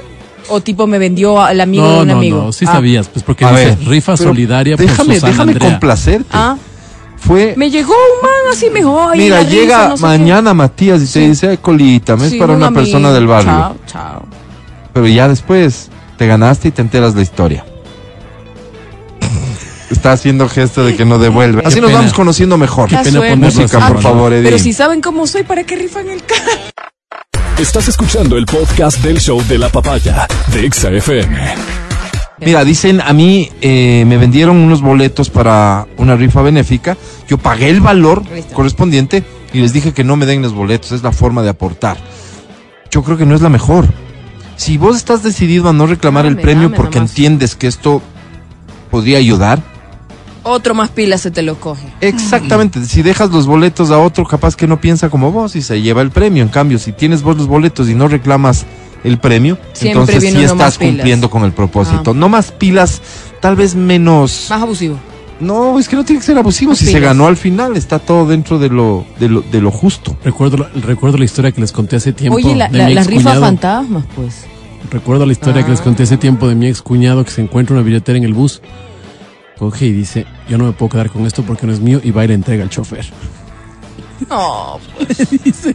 S4: ¿O tipo me vendió al amigo de
S3: No,
S4: un
S3: no,
S4: amigo?
S3: no, sí
S4: Ah.
S3: sabías, pues porque
S2: A
S3: dices
S2: ver,
S3: rifa
S2: pero
S3: solidaria por
S2: Déjame,
S3: Susana
S2: déjame
S3: Andrea.
S2: complacerte.
S4: Ah,
S2: Fue.
S4: me llegó un man así mejor.
S2: Mira, llega mañana Matías y te dice, "Ay, colita, me es para una persona del barrio.
S4: Chao, chao.
S2: Pero ya después te ganaste y te enteras la historia. Está haciendo gesto de que no devuelve. Así nos
S3: pena.
S2: vamos conociendo mejor.
S4: Qué pena
S3: ponerlo
S2: Música,
S3: así,
S2: por
S3: ¿no?
S2: favor, Edith.
S4: Pero si saben cómo soy, ¿para qué rifan el carro?
S1: Estás escuchando el podcast del show de la papaya de Exa FM.
S2: Mira, dicen a mí eh, me vendieron unos boletos para una rifa benéfica. Yo pagué el valor
S4: Ahí está.
S2: correspondiente y les dije que no me den los boletos. Es la forma de aportar. Yo creo que no es la mejor. Si vos estás decidido a no reclamar el
S4: Dame,
S2: premio
S4: dame
S2: porque
S4: nomás.
S2: entiendes que esto podría ayudar,
S4: Otro más pila se te lo coge.
S2: Exactamente, si dejas los boletos a otro, capaz que no piensa como vos y se lleva el premio. En cambio, si tienes vos los boletos y no reclamas el premio,
S4: Siempre
S2: entonces
S4: viene
S2: sí
S4: uno más
S2: estás
S4: pilas.
S2: cumpliendo con el propósito.
S4: Ah.
S2: No más pilas, tal vez menos.
S4: Más abusivo.
S2: No, es que no tiene que ser abusivo.
S4: Más
S2: Si se
S4: pilas.
S2: ganó al final, está todo dentro de lo, de lo, de lo justo.
S3: Recuerdo, la- recuerdo la historia que les conté hace tiempo.
S4: Oye, la,
S3: de
S4: la,
S3: mi
S4: la rifa Ah.
S3: excuñado.
S4: fantasmas, pues.
S3: Recuerdo la historia que les conté hace tiempo de mi ex cuñado que se encuentra una billetera en el bus. Coge y dice, yo no me puedo quedar con esto porque no es mío y va y le entrega al chofer.
S4: No,
S3: dice,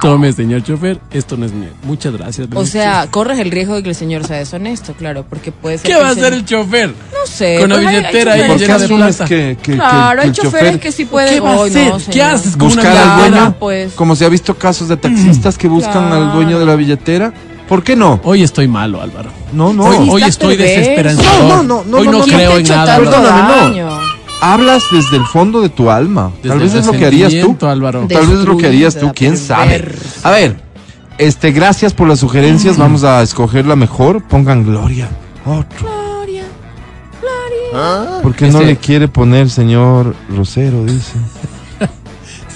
S3: tome señor chofer, esto no es mío. Muchas gracias.
S4: o sea, corres el riesgo de que el señor sea deshonesto, claro, porque puede ser.
S3: ¿qué
S4: que
S3: va a hacer
S4: señor-
S3: el chofer?
S4: No sé.
S3: con la
S4: pues hay- hay
S3: billetera ahí
S4: choferes-
S2: ¿Por qué
S3: llena de
S2: asumes
S3: plata.
S2: que, que- que-
S4: Claro,
S2: que
S4: hay
S2: el
S4: choferes
S2: chofer
S4: que sí pueden.
S3: ¿Qué va a
S4: Ay, no,
S3: hacer? ¿Qué
S4: señor.
S3: haces con una
S2: buscar al
S4: billetera,
S2: dueño?
S4: pues.
S2: Como se ha visto casos de taxistas que buscan al dueño de la billetera. ¿por qué no?
S3: Hoy estoy malo, Álvaro.
S2: No, no.
S3: Hoy,
S4: Oye,
S3: hoy
S4: estás
S3: estoy
S4: perverso.
S3: desesperanzador.
S2: No, no, no,
S3: hoy
S2: no,
S3: no,
S2: no,
S4: ¿Quién
S3: creo
S4: te ha
S3: en
S4: hecho
S3: nada.
S4: tanto
S3: Álvaro.
S2: Perdóname, no.
S4: daño?
S2: hablas desde el fondo de tu alma. Tal
S3: Desde
S2: vez
S3: el
S2: es lo que harías tú.
S3: resentimiento, Álvaro.
S2: Tal vez es lo que harías
S4: Destruida,
S2: tú, quién sabe.
S4: perversa.
S2: A ver, este, gracias por las sugerencias.
S3: Mm.
S2: Vamos a escoger la mejor. Pongan Gloria. Otro.
S4: Gloria.
S2: ¿Por qué
S3: Este-
S2: no le quiere poner señor Rosero? Dice.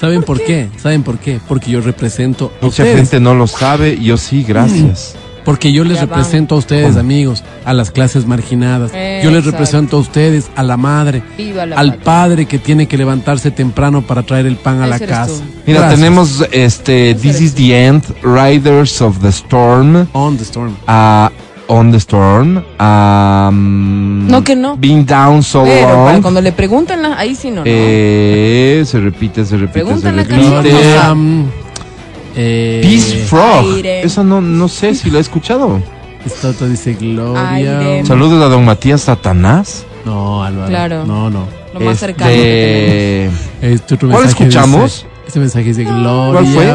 S3: ¿Saben por qué? ¿Saben por qué? Porque yo represento a
S2: Mucha
S3: ustedes. Mm.
S2: gente no lo sabe. Yo sí, gracias.
S3: Porque yo les
S4: Ya van.
S3: represento a ustedes, amigos, a las clases marginadas. yo les
S4: Exacto.
S3: represento a ustedes, a la madre,
S4: Viva la
S3: al
S4: patria.
S3: padre que tiene que levantarse temprano para traer el pan a la
S4: Ese eres
S3: casa.
S4: tú.
S2: Mira,
S3: Gracias.
S2: tenemos este This is the End, Riders of the Storm,
S3: On the Storm.
S2: a On the Storm, a mm,
S4: No que no.
S2: Being Down So
S4: Pero para
S2: Long.
S4: cuando le preguntan, la- ahí sí no. no.
S2: Eh, se repite, se repite,
S4: Pregúntale a
S2: se
S4: Carlos
S2: repite.
S4: González.
S3: Um, eh,
S2: Peace Frog.
S4: Aire.
S2: Eso no, no sé si lo he escuchado.
S3: esta otra dice Gloria.
S4: Aire.
S2: Saludos a don Matías Satanás.
S3: No, Álvaro.
S4: Claro.
S3: No, no.
S4: Lo más
S2: Este,
S4: cercano. que
S3: Este otro
S2: ¿Cuál
S3: mensaje
S2: escuchamos?
S3: dice- este mensaje dice Gloria.
S2: ¿Cuál fue?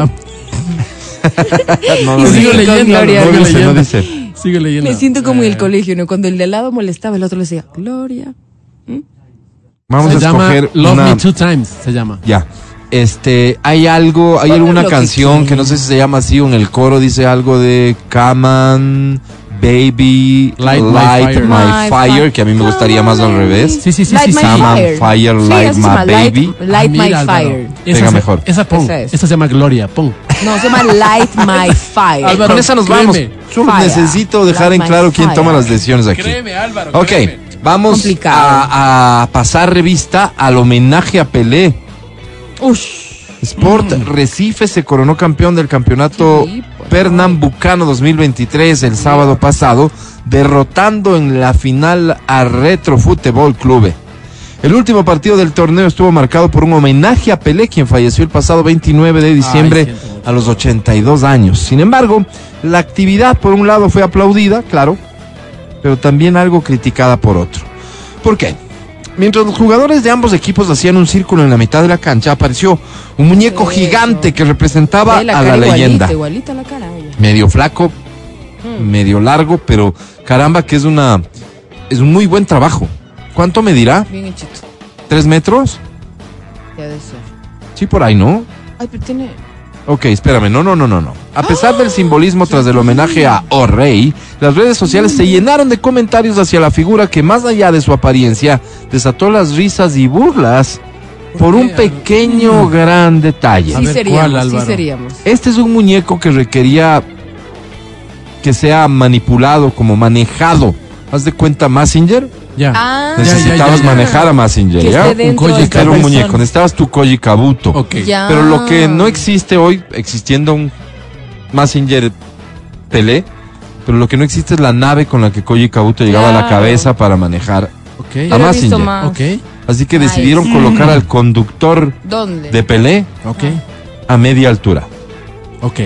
S2: no,
S4: Y
S2: no
S4: sigo
S2: dice.
S4: leyendo,
S2: No
S4: Gloria.
S2: dice, no
S3: leyendo.
S2: dice.
S3: Sigue leyendo.
S4: Me siento como en
S3: Eh,
S4: el colegio, ¿no? Cuando el de al lado molestaba, el otro le decía, Gloria.
S2: Vamos
S3: se
S2: a
S3: llama
S2: escoger
S3: Love
S2: una-
S3: Me Two Times, se llama.
S2: Ya. Este, hay algo, hay
S4: Ponle
S2: alguna
S4: lo que
S2: canción que, no sé si se llama así o en el coro dice algo de Come on, Baby,
S3: Light
S2: Light,
S3: my fire.
S2: my,
S4: My
S2: fire,
S4: fire.
S2: que a mí me gustaría más al revés.
S3: Sí, sí, sí, sí, sí.
S2: Come on, fire,
S4: Sí,
S2: light my
S4: así se llama, light-
S2: baby.
S4: Light,
S3: Ah, mira,
S4: my
S3: Álvaro.
S4: fire.
S3: Esa
S2: Venga,
S3: se-
S2: mejor.
S3: Esa pon.
S4: Esa es.
S3: Esa se llama Gloria, pon.
S4: No, se llama light my
S2: [LAUGHS]
S4: fire.
S3: Álvaro,
S2: Con esa nos
S3: créeme.
S2: vamos. Solo
S4: Fire.
S2: necesito dejar
S4: Light
S2: en
S4: my
S2: claro quién
S4: fire.
S2: toma las decisiones aquí.
S3: Álvaro.
S2: Ok, vamos
S4: Complicado.
S2: a, a pasar revista al homenaje a Pelé.
S4: Ush.
S2: Sport Recife se coronó campeón del campeonato
S4: Sí, pues,
S2: Pernambucano 2023 el sábado pasado, derrotando en la final a Retro Futebol Clube. El último partido del torneo estuvo marcado por un homenaje a Pelé, quien falleció el pasado 29 de diciembre
S3: siento mucho.
S2: a los 82 años. Sin embargo, la actividad por un lado fue aplaudida, claro, pero también algo criticada por otro. ¿Por qué? Mientras los jugadores de ambos equipos hacían un círculo en la mitad de la cancha, apareció un muñeco
S4: Eso.
S2: gigante que representaba
S4: Ve
S2: a
S4: cara
S2: la
S4: igualita,
S2: leyenda.
S4: Igualita la cara. oye.
S2: Medio flaco, medio largo, pero caramba que es una es un muy buen trabajo. ¿Cuánto medirá?
S4: Bien hechito.
S2: ¿Tres metros?
S4: Ya de ser.
S2: Sí, por ahí, ¿no?
S4: Ay, pero tiene.
S2: Ok, espérame, no, no, no, no, no. A pesar del simbolismo tras el homenaje a O Rey, las redes sociales se llenaron de comentarios hacia la figura que más allá de su apariencia desató las risas y burlas por un pequeño gran detalle.
S4: Sí
S3: ver,
S4: seríamos,
S3: ¿cuál, Álvaro?
S4: sí seríamos.
S2: Este es un muñeco que requería que sea manipulado, como manejado. Haz de cuenta Massinger,
S3: Ya.
S4: Ah,
S3: ya, ya,
S2: necesitabas
S3: ya.
S2: manejar a Massinger,
S4: que
S2: ¿ya?
S4: esté dentro
S3: Koji
S4: del
S3: Kabuto.
S2: Era un
S4: cabezón.
S2: muñeco, necesitabas tu Koji Kabuto.
S3: Ok.
S4: Ya.
S2: Pero lo que no
S4: Ah.
S2: existe hoy, existiendo un Massinger Pelé, pero lo que no existe es la nave con la que Koji Kabuto llegaba a la
S4: Claro.
S2: cabeza para manejar.
S3: Ok.
S4: Yo lo he
S2: Mazinger.
S4: visto más.
S3: Ok.
S2: Así que
S4: Ay,
S2: decidieron
S4: sí.
S2: colocar al conductor
S4: ¿Dónde?
S2: de Pelé
S3: Ok.
S2: a media altura.
S3: Ok.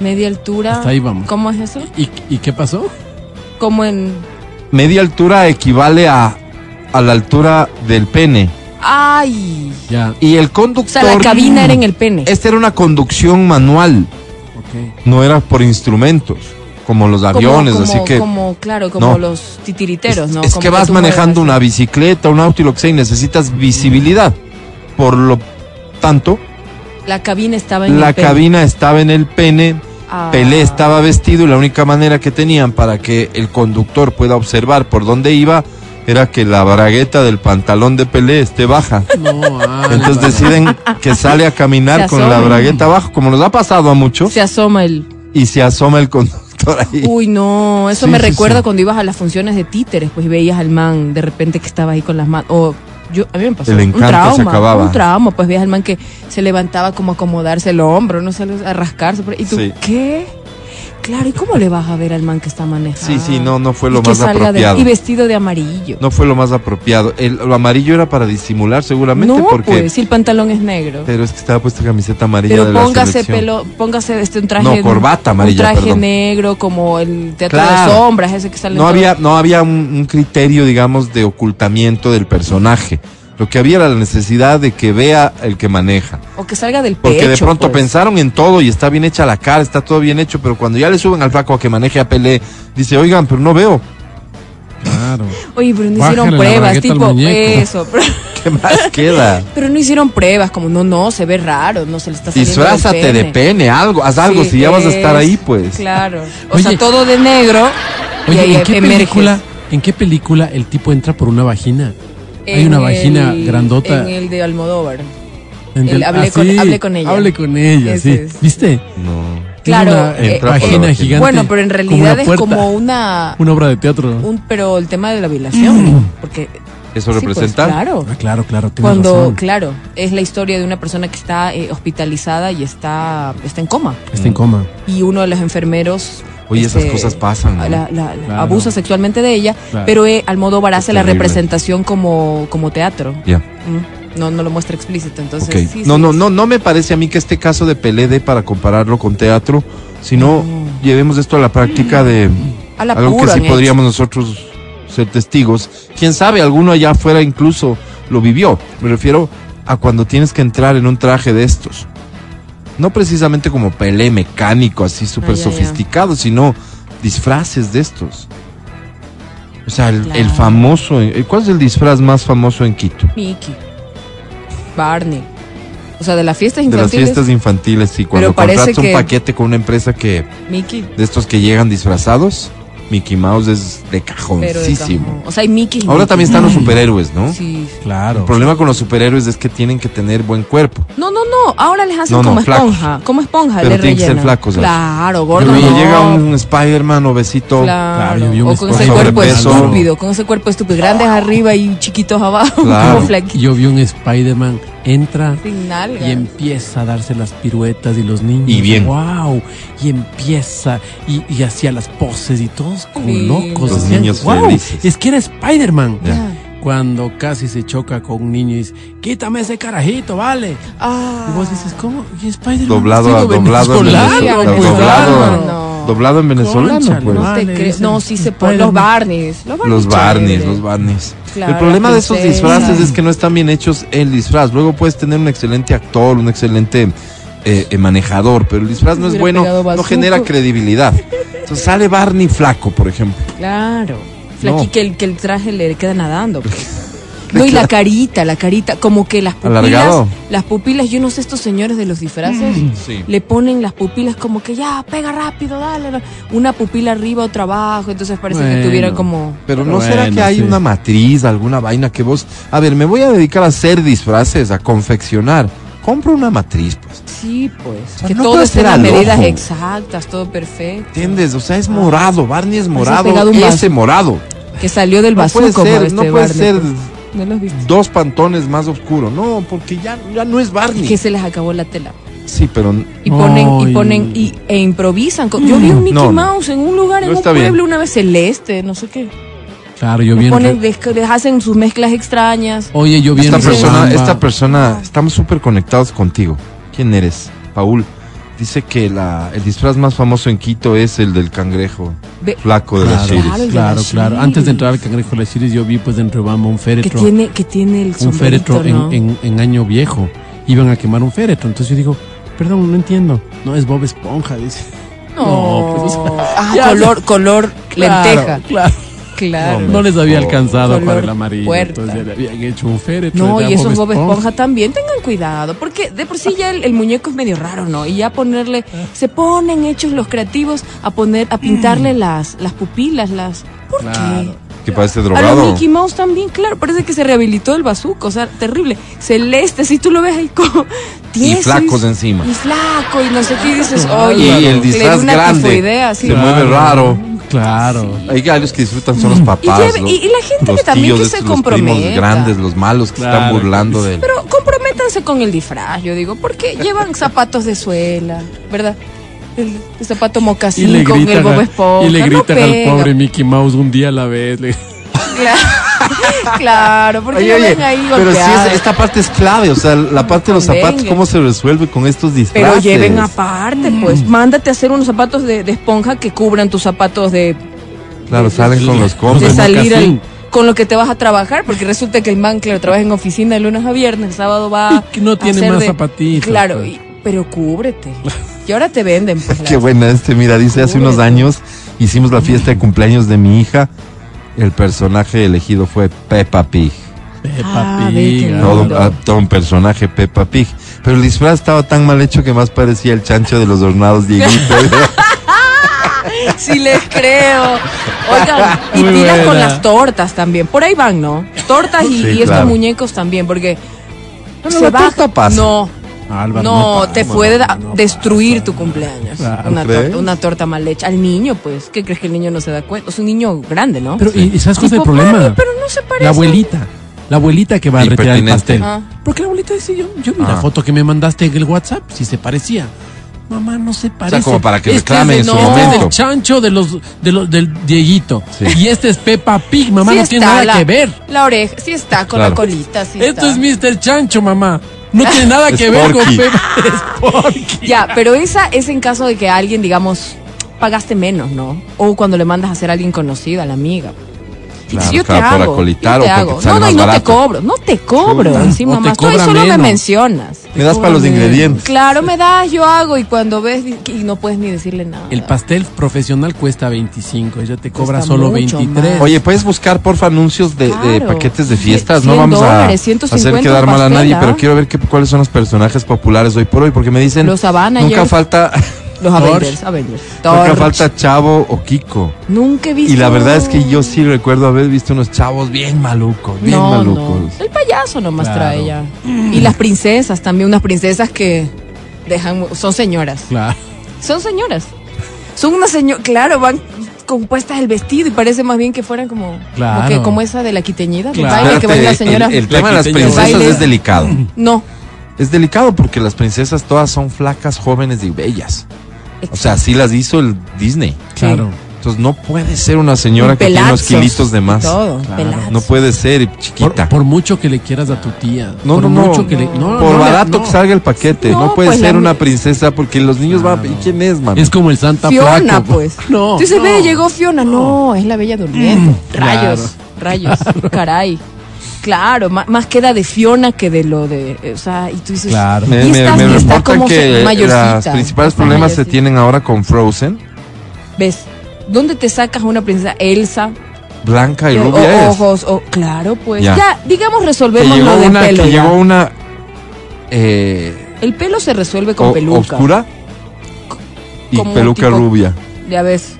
S4: Media altura.
S3: Hasta ahí vamos.
S4: ¿Cómo es eso?
S3: ¿Y, y qué pasó?
S4: Como en.
S2: Media altura equivale a, a la altura del pene.
S4: ¡Ay!
S3: Ya.
S2: Y el
S4: O
S2: conductor...
S4: sea, la cabina era en el pene.
S2: Esta era una conducción manual,
S3: Ok.
S2: no era por instrumentos, como los
S4: Como-
S2: aviones,
S4: como,
S2: así que...
S4: Como, claro, como
S2: No.
S4: los titiriteros,
S2: es,
S4: ¿no?
S2: es
S4: Como
S2: que vas
S4: tú mueves
S2: manejando
S4: así.
S2: una bicicleta, un auto y lo que sea, y necesitas visibilidad. Por lo tanto,
S4: La cabina estaba en
S2: la
S4: el pene.
S2: cabina estaba en el pene,
S4: Ah.
S2: Pelé estaba vestido y la única manera que tenían para que el conductor pueda observar por dónde iba era que la bragueta del pantalón de Pelé esté
S4: [LAUGHS]
S2: baja.
S3: No, Álvaro.
S2: Entonces deciden que sale a
S4: Ah, Se
S2: caminar con la
S4: asoma.
S2: bragueta abajo, como nos ha pasado a muchos,
S4: Se Uh. asoma el.
S2: y se asoma el conductor ahí.
S4: Uy, no, eso
S2: Sí,
S4: me
S2: sí,
S4: recuerda
S2: sí.
S4: cuando ibas a las funciones de títeres, pues y veías al man de repente que estaba ahí con las manos. O yo, a mí me pasó
S2: El
S4: un
S2: encanto se
S4: trauma.
S2: acababa.
S4: Un trauma, pues veías al man que se levantaba como a acomodarse el hombro, no sé, a rascarse. por ahí. Y tú,
S2: Sí.
S4: ¿qué? Claro, ¿y cómo le vas a ver al man que está manejando?
S2: Sí, sí, no, no fue
S4: Y
S2: lo
S4: que
S2: más
S4: salga de-
S2: apropiado.
S4: y vestido de amarillo.
S2: No fue lo más apropiado. El, lo amarillo era para disimular seguramente
S4: No,
S2: porque...
S4: pues, si el pantalón es negro.
S2: Pero es que estaba puesta camiseta amarilla
S4: Pero
S2: de la
S4: póngase
S2: selección.
S4: pelo, póngase este un traje
S2: No, corbata amarilla,
S4: un traje
S2: perdón.
S4: negro como el teatro
S2: Claro.
S4: de sombras, ese que sale en
S2: No
S4: todo-
S2: había, no había un, un criterio, digamos, de ocultamiento del personaje. Lo que había era la necesidad de que vea el que maneja.
S4: o que salga del
S2: Porque de
S4: pecho,
S2: pronto
S4: pues.
S2: pensaron en todo y está bien hecha la cara, está todo bien hecho, pero cuando ya le suben al flaco a que maneje a Pelé, dice, oigan, pero no veo. [LAUGHS]
S3: Claro.
S4: Oye, pero no
S3: Bájale
S4: hicieron
S3: la
S4: pruebas,
S3: bragueta al
S4: tipo
S3: muñeco.
S4: eso. Pero, [LAUGHS]
S2: ¿Qué más queda?
S4: pero no hicieron pruebas, como no, no, se ve raro, no se le está saliendo. del
S2: Disfrázate de pene, algo, haz algo,
S4: Sí,
S2: si ya vas a estar
S4: es-
S2: ahí, pues.
S4: Claro. O
S3: Oye.
S4: sea, todo de negro. y ahí
S3: Oye, ¿en qué
S4: emerges.
S3: película? ¿En qué película el tipo entra por una vagina? Hay
S4: En
S3: una vagina
S4: el-
S3: grandota.
S4: En el de Almodóvar.
S3: En Ah,
S4: el hablé con-
S3: sí,
S4: hablé con ella.
S3: Hablé con ella,
S4: Ese
S3: sí.
S4: es.
S3: ¿Viste?
S2: No.
S3: Tiene
S4: Claro,
S3: Una eh,
S4: eh,
S2: Entra por la
S3: vagina
S2: vagina.
S3: gigante.
S4: Bueno, pero en
S3: como una
S4: realidad es
S3: puerta,
S4: como una.
S3: una obra de teatro.
S4: un- pero el tema de la violación. Porque.
S2: ¿Eso
S4: sí, pues,
S2: representa?
S4: claro.
S3: Ah, claro, claro, tienes
S4: Cuando,
S3: razón.
S4: claro, es la historia de una persona que está eh, hospitalizada y está, está en coma.
S3: Está en coma.
S4: y uno de los enfermeros. este,
S2: Oye, esas cosas pasan, ¿no?
S4: la- la- la
S3: Claro.
S4: Abusa sexualmente de ella,
S3: Claro.
S4: pero eh, Almodóvar hace la
S2: terrible.
S4: representación como, como teatro.
S2: Ya.
S4: Mm, No, no lo muestra explícito, entonces.
S2: Ok.
S4: sí,
S2: no,
S4: sí,
S2: no,
S4: sí.
S2: no, no me parece a mí que este caso de Pelé dé para compararlo con teatro, sino llevemos esto a la práctica de
S4: A [CLEARS THROAT] Ah, la ¿eh?
S2: algo que
S4: pura
S2: sí
S4: han hecho.
S2: podríamos nosotros ser testigos. Quién sabe, alguno allá afuera incluso lo vivió. Me refiero a cuando tienes que entrar en un traje de estos. No precisamente como Pelé mecánico, así súper
S4: Ah, ya, ya.
S2: sofisticado, sino disfraces de estos. O sea, el,
S4: Claro.
S2: el famoso, eh, ¿cuál es el disfraz más famoso en Quito?
S4: Mickey. Barney. O sea, de las fiestas
S2: De las
S4: infantiles.
S2: fiestas infantiles, sí. Cuando
S4: Pero parece
S2: contratas un
S4: que-
S2: paquete con una empresa que
S4: Mickey.
S2: de estos que llegan disfrazados, Mickey Mouse es de
S4: Pero de cajón.
S2: cajoncísimo.
S4: O sea, hay Mickey. y
S2: Ahora
S4: Mickey.
S2: también están los superhéroes, ¿no?
S4: Sí.
S2: El
S3: Claro.
S2: problema con los superhéroes es que tienen que tener buen cuerpo.
S4: No, no, no. Ahora les hacen
S2: No, no,
S4: como
S2: flacos.
S4: esponja. Como esponja.
S2: Pero
S4: le
S2: tienen que ser
S4: rellenan.
S2: flacos, ¿no?
S4: Claro, gordo.
S2: Pero
S4: Oh, no.
S2: llega un Spider-Man obesito.
S4: Claro.
S3: Claro, yo vi un
S4: o con ese
S2: esponja.
S4: cuerpo
S2: Sobrepeso.
S4: estúpido. Con ese cuerpo estúpido. Grandes arriba y chiquitos abajo.
S2: Claro.
S4: Como flaquitos.
S3: Yo vi un Spider-Man, entra
S4: Sin nalgas.
S3: y empieza a darse las piruetas y los niños.
S2: Y bien.
S3: ¡Wow! Y empieza y, y hacía las poses y todos como
S4: Lindo.
S3: locos.
S2: Los
S3: decían,
S2: niños
S3: "Guau,
S2: felices".
S3: Es que era Spider-Man.
S2: Ya.
S4: Ah.
S3: Cuando casi se choca con un niño y dice: Quítame ese carajito, vale.
S4: Ah.
S3: Y vos dices: ¿Cómo? ¿Y Spider-Man?
S2: Doblado,
S3: Sigo
S2: a- doblado, en
S3: venezolano,
S4: Venezuela,
S2: venezolano,
S3: pues,
S2: doblado,
S3: bárbaro.
S4: no.
S2: doblado en venezolano,
S3: Cónchale,
S2: pues.
S4: No, te
S3: Vale,
S4: creo.
S3: dicen
S4: No, sí se ponen los
S3: Spider-Man.
S4: Barneys. Los Barneys.
S2: Los barnes,
S4: chévere.
S2: los barnes.
S4: Claro,
S2: el problema
S4: la
S2: de esos
S4: princesa.
S2: disfraces es que no están bien hechos el disfraz. Luego puedes tener un excelente actor, un excelente eh, eh, manejador, pero el disfraz no es
S4: Hubiera
S2: bueno,
S4: pegado
S2: no
S4: bazuco.
S2: genera
S4: [LAUGHS]
S2: credibilidad. Entonces sale Barney flaco, por ejemplo.
S4: Claro. Flaqui,
S2: No.
S4: que, el, que el traje le queda nadando. pues. No, y la carita, la carita, como que las pupilas,
S2: Alargado.
S4: las pupilas, yo no sé, estos señores de los disfraces,
S2: Sí.
S4: le ponen las pupilas como que ya, pega rápido, dale, dale. una pupila arriba, otra abajo, entonces parece que
S3: Bueno.
S4: tuviera como...
S2: Pero no
S3: Pero
S2: será
S3: bueno,
S2: que hay
S3: sí.
S2: una matriz, alguna vaina que vos... A ver, me voy a dedicar a hacer disfraces, a confeccionar. Compro una matriz, pues.
S4: Sí, pues,
S2: sea,
S4: que
S2: no puede
S4: todo esté
S2: ser
S4: las
S2: al
S4: medidas
S2: ojo.
S4: exactas, todo perfecto.
S2: ¿Entiendes? O sea, es morado, Barney es morado,
S4: Pues pegado un
S2: ese
S4: vaso.
S2: morado.
S4: Que salió del
S2: No puede
S4: bazooka como
S2: ser,
S4: este
S2: no puede
S4: Barney,
S2: ser
S4: pues. ¿No los viste?
S2: dos pantones más oscuro. No, porque ya, ya no es Barney.
S4: Que se les acabó la tela.
S2: Sí, pero n-
S4: Y ponen, y
S3: Ay.
S4: ponen, y, e improvisan. con- Yo vi un Mickey
S2: Mm. No, no.
S4: Mouse en un lugar, en
S2: No
S4: un
S2: está bien.
S4: pueblo, una vez celeste, no sé qué.
S3: Claro, yo
S4: Les
S3: bien.
S4: ponen, les, les hacen sus mezclas extrañas.
S3: Oye, yo bien.
S2: esta persona,
S3: Riobamba.
S2: esta persona, estamos súper conectados contigo. ¿Quién eres? Paul. Dice que la, el disfraz más famoso en Quito es el del cangrejo
S4: Ve-
S2: flaco de las
S3: Claro,
S2: Chiris.
S4: Claro, el de
S3: claro,
S4: las
S3: claro.
S4: Chiris.
S3: Antes de entrar al cangrejo de las Chiris, yo vi pues dentro de Bamba un
S4: que
S3: féretro.
S4: tiene, que tiene el
S3: un féretro
S4: sombrerito, ¿no?
S3: en, en- en año viejo. Iban a quemar un féretro. Entonces yo digo, perdón, no entiendo. No es Bob Esponja, dice.
S4: No,
S3: No, pues, o
S4: Ah,
S3: ya-
S4: color, color [LAUGHS] lenteja.
S3: Claro, claro.
S4: Claro.
S3: No les
S2: Oh.
S3: había alcanzado
S4: Color
S3: para el amarillo.
S4: puerta.
S3: Entonces le habían hecho un féretro.
S4: No,
S3: era
S4: y esos Bob Esponja también, tengan cuidado, porque de por sí ya el, el muñeco es medio raro, ¿no? Y ya ponerle, se ponen hechos los creativos a poner, a pintarle las, las pupilas, las... ¿Por
S3: Claro.
S4: qué?
S2: Que parece
S4: A lo
S2: drogado.
S4: Mickey Mouse también, claro, parece que se rehabilitó el bazuco, o sea, terrible. Celeste, si tú lo ves ahí como [LAUGHS]
S2: Y
S4: tieso,
S2: flacos encima.
S4: Y flaco, y no sé qué, y dices, oye,
S2: Y el
S4: le dio
S2: disfraz
S4: una
S2: grande.
S4: tifoidea, sí.
S2: Se mueve raro.
S3: Claro.
S2: Hay varios que disfrutan, son los papás.
S4: lleve-
S2: los-
S4: y- y la gente
S2: los
S4: que también
S2: tíos
S4: que
S2: estos,
S4: se
S2: los primos
S4: comprometa.
S2: grandes, los malos que se están
S3: Claro.
S2: burlando de él.
S4: Pero comprométanse con el disfraz, yo digo, porque
S3: [LAUGHS]
S4: llevan zapatos de suela, ¿verdad? El, el zapato
S3: Y
S4: mocasín
S3: le
S4: con el
S3: gritan,
S4: Bob
S3: a-
S4: Esponja.
S3: y le
S4: no
S3: gritan al
S4: pega.
S3: pobre Mickey Mouse un día a la
S2: [LAUGHS]
S3: vez. le-
S4: Claro, [LAUGHS] claro, porque
S2: Oye,
S4: lo
S2: oye,
S4: ven ahí
S2: pero sí,
S4: golpeado.
S2: es- esta parte es clave, o sea, la parte de los
S4: Convenga.
S2: zapatos, ¿cómo se resuelve con estos disfraces?
S4: Pero lleven aparte, pues.
S3: Mm.
S4: Mándate a hacer unos zapatos de, de esponja que cubran tus zapatos de,
S2: Claro, salen con los combos.
S4: de
S3: Los
S4: salir al-
S3: mocasín.
S4: con lo que te vas a trabajar, porque resulta que el man, claro, trabaja en oficina de lunes a viernes, el sábado va.
S3: [LAUGHS] Y que no
S4: a
S3: tiene
S4: hacer
S3: más
S4: de-
S3: zapatitos,
S4: Claro,
S3: pues.
S4: y- pero cúbrete. Y ahora te venden,
S3: [LAUGHS]
S4: pues.
S2: Qué
S4: la-
S2: buena este, mira, dice hace unos
S4: Pobre.
S2: años hicimos la fiesta de cumpleaños de mi hija. El personaje elegido fue Peppa Pig.
S3: Peppa
S4: Ah, ve
S3: Pig,
S4: que no.
S3: ah.
S2: Todo,
S4: Claro.
S2: ah, todo un personaje Peppa Pig. Pero el disfraz estaba tan mal hecho que más parecía el chancho de los hornados
S4: [LAUGHS]
S2: Dieguito. [LAUGHS]
S4: Eh, Sí, les creo. Oigan, y
S3: Muy
S4: pilas con
S3: buena.
S4: las tortas también. Por ahí van, ¿no? Tortas y,
S2: Sí,
S4: y estos
S2: claro.
S4: muñecos también, porque.
S2: No, no, la torta pasa.
S4: No,
S3: Álvaro,
S4: No,
S3: pa-
S4: te
S3: no,
S4: puede da-
S3: no Ah,
S4: destruir tu cumpleaños.
S3: Claro.
S4: Una,
S2: ¿Crees?
S4: torta, una torta mal hecha. Al niño, pues, ¿qué crees que el niño no se da cuenta? Es un niño grande, ¿no?
S3: Pero, ¿y- ¿y sabes cuál es el
S4: Tipo, "Mami,
S3: problema?
S4: pero no se parece.
S3: La abuelita. La abuelita que va a
S2: Y
S3: retirar el
S2: pertinente.
S3: pastel.
S4: Ah.
S3: Porque la abuelita dice, yo, yo vi
S2: Ah.
S3: la foto que me mandaste en el WhatsApp, si se parecía. Mamá, no se parece.
S2: como para que
S3: es
S2: reclame en
S3: de-
S4: su
S3: Este es
S4: momento.
S3: el chancho de los, de los, del Dieguito.
S2: Sí.
S3: Y este es Peppa Pig, mamá,
S4: Sí
S3: no
S4: está
S3: tiene nada
S4: la-
S3: que ver.
S4: La oreja, sí está con
S2: Claro.
S4: la colita, sí
S3: Esto
S4: está.
S3: es Mr. Chancho, mamá. No tiene nada que
S2: Es
S3: ver con
S2: Porky.
S3: Peppa. Es Porky.
S4: Ya, pero esa es en caso de que alguien, digamos, pagaste menos, ¿no? O cuando le mandas a hacer a alguien conocido, a la amiga.
S2: Claro,
S4: yo te
S2: claro, para
S4: hago.
S2: colitar
S4: yo te
S2: o porque
S4: hago.
S2: te sale
S4: No, no,
S2: más
S4: y no te
S2: barato.
S4: cobro. No te cobro.
S3: Chuta.
S4: encima
S3: O te
S4: más. Tú ahí
S3: cobra
S4: solo me
S3: menos.
S4: mencionas.
S2: Me das para los
S3: Cóbrame.
S2: ingredientes.
S4: Claro, me das, yo hago. Y cuando ves, y no puedes ni decirle nada.
S3: El pastel profesional cuesta 25, ella te cobra
S4: Cuesta
S3: solo
S4: mucho
S3: 23.
S4: más.
S2: Oye, puedes buscar porfa anuncios de, de
S4: Claro.
S2: paquetes de fiestas.
S4: Cien
S2: No vamos a
S4: dólares, 150
S2: hacer quedar
S4: un
S2: mal a
S4: pastel,
S2: nadie,
S4: ¿ah?
S2: pero quiero ver qué- cuáles son los personajes populares hoy por hoy, porque me dicen
S4: Los Avengers.
S2: nunca falta
S4: Los
S3: Torch.
S4: Avengers, Avengers.
S2: nunca
S4: Torch.
S2: falta Chavo o Kiko.
S4: Nunca he visto.
S2: Y la verdad es que yo sí recuerdo haber visto unos chavos bien malucos, bien
S4: no, no.
S2: malucos.
S4: El payaso nomás
S3: Claro.
S4: trae ya. Y las princesas también, unas princesas que dejan. Son señoras.
S3: Claro.
S4: Son señoras. Son unas señoras. Claro, van compuestas el vestido y parece más bien que fueran como. como
S3: Claro.
S4: que- como esa de la quiteñida. del
S3: Claro.
S4: baile que van las
S2: Espérate,
S4: señoras.
S2: el, el tema de las
S3: Quiteña.
S2: princesas
S4: Baile.
S2: es delicado.
S4: No.
S2: Es delicado porque las princesas todas son flacas, jóvenes y bellas. O sea, así las hizo el Disney.
S3: Claro.
S2: Entonces no puede ser una señora que tiene unos
S4: Pelazos
S2: kilitos de
S4: y
S2: más.
S4: Todo, pelazos.
S2: No puede ser y
S3: Por,
S2: chiquita.
S3: por mucho que le quieras a tu tía.
S2: no,
S3: por
S2: no, no.
S3: mucho que le- no,
S2: por
S3: no le-
S2: barato
S3: no.
S2: que salga el paquete. No,
S4: No,
S2: puede
S4: pues,
S2: ser
S4: la-
S2: una princesa porque los niños van. ¿Y quién es, mami?
S3: Es como el Santa
S4: Fiona,
S3: Flaco.
S4: pues.
S3: [LAUGHS] No.
S4: Tú dices,
S3: no.
S4: ve, llegó Fiona. No, es la bella
S2: Mm,
S4: durmiendo.
S3: claro.
S4: Rayos, rayos, caray. Claro, ma- más, queda de Fiona que de lo de. eh, O sea, y tú dices.
S3: Claro.
S4: y
S2: Me, Eh, me-
S4: esta-
S2: me
S4: y esta
S2: reportan
S4: como se-
S2: que
S4: mayorcita,
S2: los principales
S4: está
S2: problemas se
S4: mayorcita.
S2: tienen ahora con Frozen.
S4: ¿Ves? ¿Dónde te sacas a una princesa Elsa?
S2: Blanca y
S4: Que-
S2: rubia
S4: o-
S2: es.
S4: ojos, o claro, pues.
S2: Ya.
S4: Ya, digamos
S2: Que
S4: resolvemos
S2: llegó
S4: lo del
S2: una,
S4: pelo.
S2: que
S4: ya.
S2: llegó una eh,
S4: El pelo se resuelve con
S2: o-
S4: peluca.
S2: oscura y
S4: Como
S2: peluca
S4: tipo-
S2: rubia.
S4: Ya ves.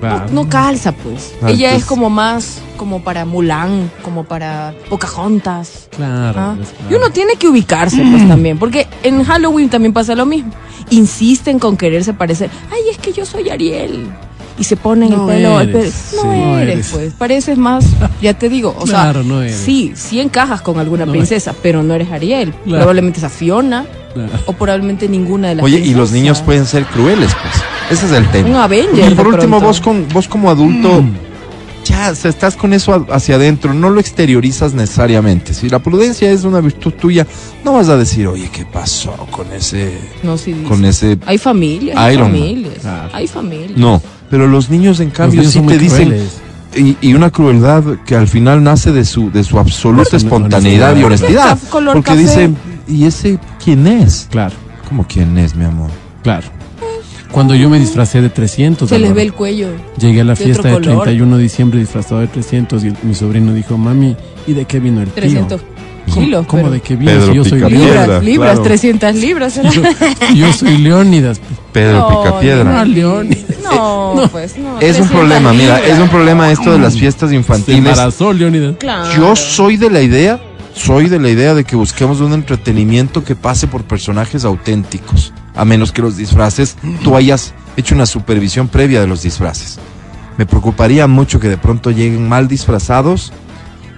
S3: Claro.
S4: No calza, pues.
S2: Ah,
S4: Ella
S2: entonces-
S4: es como más, como para Mulan, como para Pocahontas.
S3: Claro,
S4: Ah,
S3: es claro.
S4: Y uno tiene que ubicarse,
S3: Mm.
S4: pues también, porque en Halloween también pasa lo mismo. Insisten con quererse parecer. Ay, es que yo soy Ariel. Y se ponen
S3: No
S4: el pelo. el
S3: eres,
S4: pelo.
S3: sí.
S4: No
S3: No
S4: eres,
S3: eres.
S4: pues. Pareces más, ya te digo. O
S3: Claro,
S4: sea,
S3: no eres.
S4: sí, sí encajas con alguna
S3: No
S4: princesa, pero no eres Ariel.
S3: Claro.
S4: Probablemente esa Fiona,
S3: Claro.
S4: o probablemente ninguna de las
S2: Oye, y los
S4: princesas.
S2: niños pueden ser crueles, pues. Ese es el tema.
S4: Un Avenger,
S2: Y por
S4: de
S2: último,
S4: pronto.
S2: vos, con, vos como adulto, ya o sea, estás con eso a- hacia adentro, no lo exteriorizas necesariamente. Si la prudencia es una virtud tuya, no vas a decir, oye, ¿qué pasó con ese.
S4: No, sí, dice.
S2: con ese.
S4: Hay familias, hay
S2: Iron Man.
S4: familias.
S3: Claro.
S4: Hay familias.
S2: No. Pero los niños, en
S3: Los
S2: cambio,
S3: niños
S2: sí
S3: son muy
S2: te dicen.
S3: crueles.
S2: Y, y una crueldad que al final nace de su, de su absoluta
S3: Pues, no, no, no,
S2: espontaneidad y
S3: no, no, no.
S2: honestidad.
S4: Color café.
S2: Porque dicen, ¿y ese quién es?
S3: Claro,
S2: ¿Cómo quién es, mi amor?
S3: claro. Cuando yo me disfracé de 300,
S4: Se les
S3: Álvaro,
S4: ve el cuello.
S3: llegué a la
S4: de otro
S3: fiesta del
S4: color.
S3: 31 de diciembre disfrazado de 300 y el- mi sobrino dijo, mami, ¿y de qué vino el tío?
S4: 300 kilos.
S3: ¿Cómo
S4: pero-
S3: de qué vino?
S2: Pedro
S3: si yo soy
S2: Picapiedra. Mierda,
S4: [LAUGHS] Libras,
S3: León-
S4: libras,
S2: claro.
S4: 300 libras. ¿será?
S3: Yo soy Leónidas. pues.
S2: Pedro
S4: [LAUGHS] No,
S2: Picapiedra.
S3: no, León.
S4: No, pues
S2: Es un
S4: no. 300
S2: problema, mira,
S4: libras.
S2: es un problema esto de las fiestas
S3: Se
S2: infantiles.
S3: embarazó Leónidas.
S4: Claro.
S2: Yo soy de la idea, soy de la idea de que busquemos un entretenimiento que pase por personajes auténticos, a menos que los disfraces tú hayas hecho una supervisión previa de los disfraces. Me preocuparía mucho que de pronto lleguen mal disfrazados,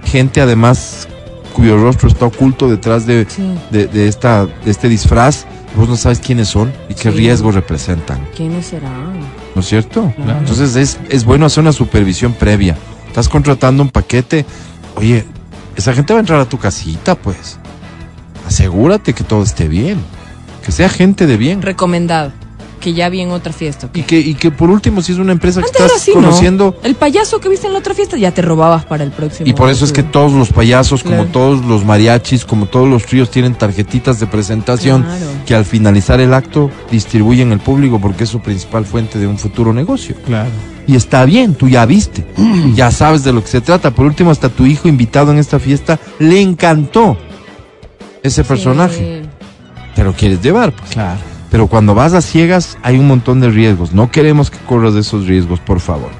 S2: gente además cuyo rostro está oculto detrás de,
S4: Sí.
S2: de, de esta, de este disfraz, vos no sabes quiénes son y qué
S4: Sí.
S2: riesgo representan.
S4: ¿Quiénes serán?
S2: ¿No es cierto?
S3: Claro.
S2: Entonces es, es bueno hacer una supervisión previa. Estás contratando un paquete. Oye, esa gente va a entrar a tu casita, pues. Asegúrate que todo esté bien. Que sea gente de bien.
S4: Recomendado. Que ya vi en otra fiesta.
S2: Y que, y que por último, si es una empresa que
S4: Antes era
S2: estás
S4: así,
S2: conociendo.
S4: ¿no? El payaso que viste en la otra fiesta ya te robabas para el próximo.
S2: Y por eso es que todos los payasos, como
S4: Claro.
S2: todos los mariachis, como todos los tríos, tienen tarjetitas de presentación
S4: Claro.
S2: que al finalizar el acto distribuyen al público porque es su principal fuente de un futuro negocio.
S3: Claro.
S2: Y está bien, tú ya viste,
S4: Mm.
S2: ya sabes de lo que se trata. Por último, hasta tu hijo invitado en esta fiesta le encantó ese personaje. Te lo quieres llevar, pues.
S3: Claro.
S2: Pero cuando vas a ciegas hay un montón de riesgos. No queremos que corras esos riesgos, por favor.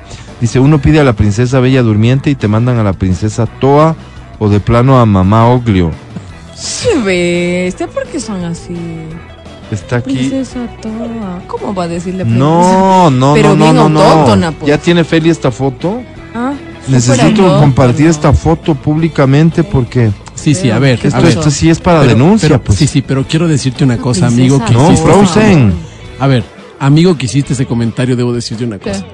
S2: Dice, uno pide a la princesa Bella Durmiente y te mandan a la princesa Toa o de plano a Mamá Oglio.
S4: Se ve. ¿Este por qué son así?
S2: Está aquí.
S4: Princesa toda. ¿Cómo va a decirle princesa?
S2: No, no,
S4: Pero
S2: no,
S4: bien
S2: no, no,
S4: autóctona,
S2: no.
S4: pues.
S2: Ya tiene Feli esta foto.
S4: Ah,
S2: Necesito
S4: superautóctono.
S2: compartir esta foto públicamente porque
S3: Sí, sí, a ver.
S2: esto,
S3: a ver.
S2: esto sí es para
S3: Pero-
S2: denuncia.
S3: pero-
S2: pues.
S3: Sí, sí, pero quiero decirte una cosa,
S4: Princesa
S3: amigo. Que
S2: No,
S3: hiciste-
S2: Frozen.
S3: A ver, amigo que hiciste ese comentario, debo decirte una
S4: ¿Qué?
S3: cosa.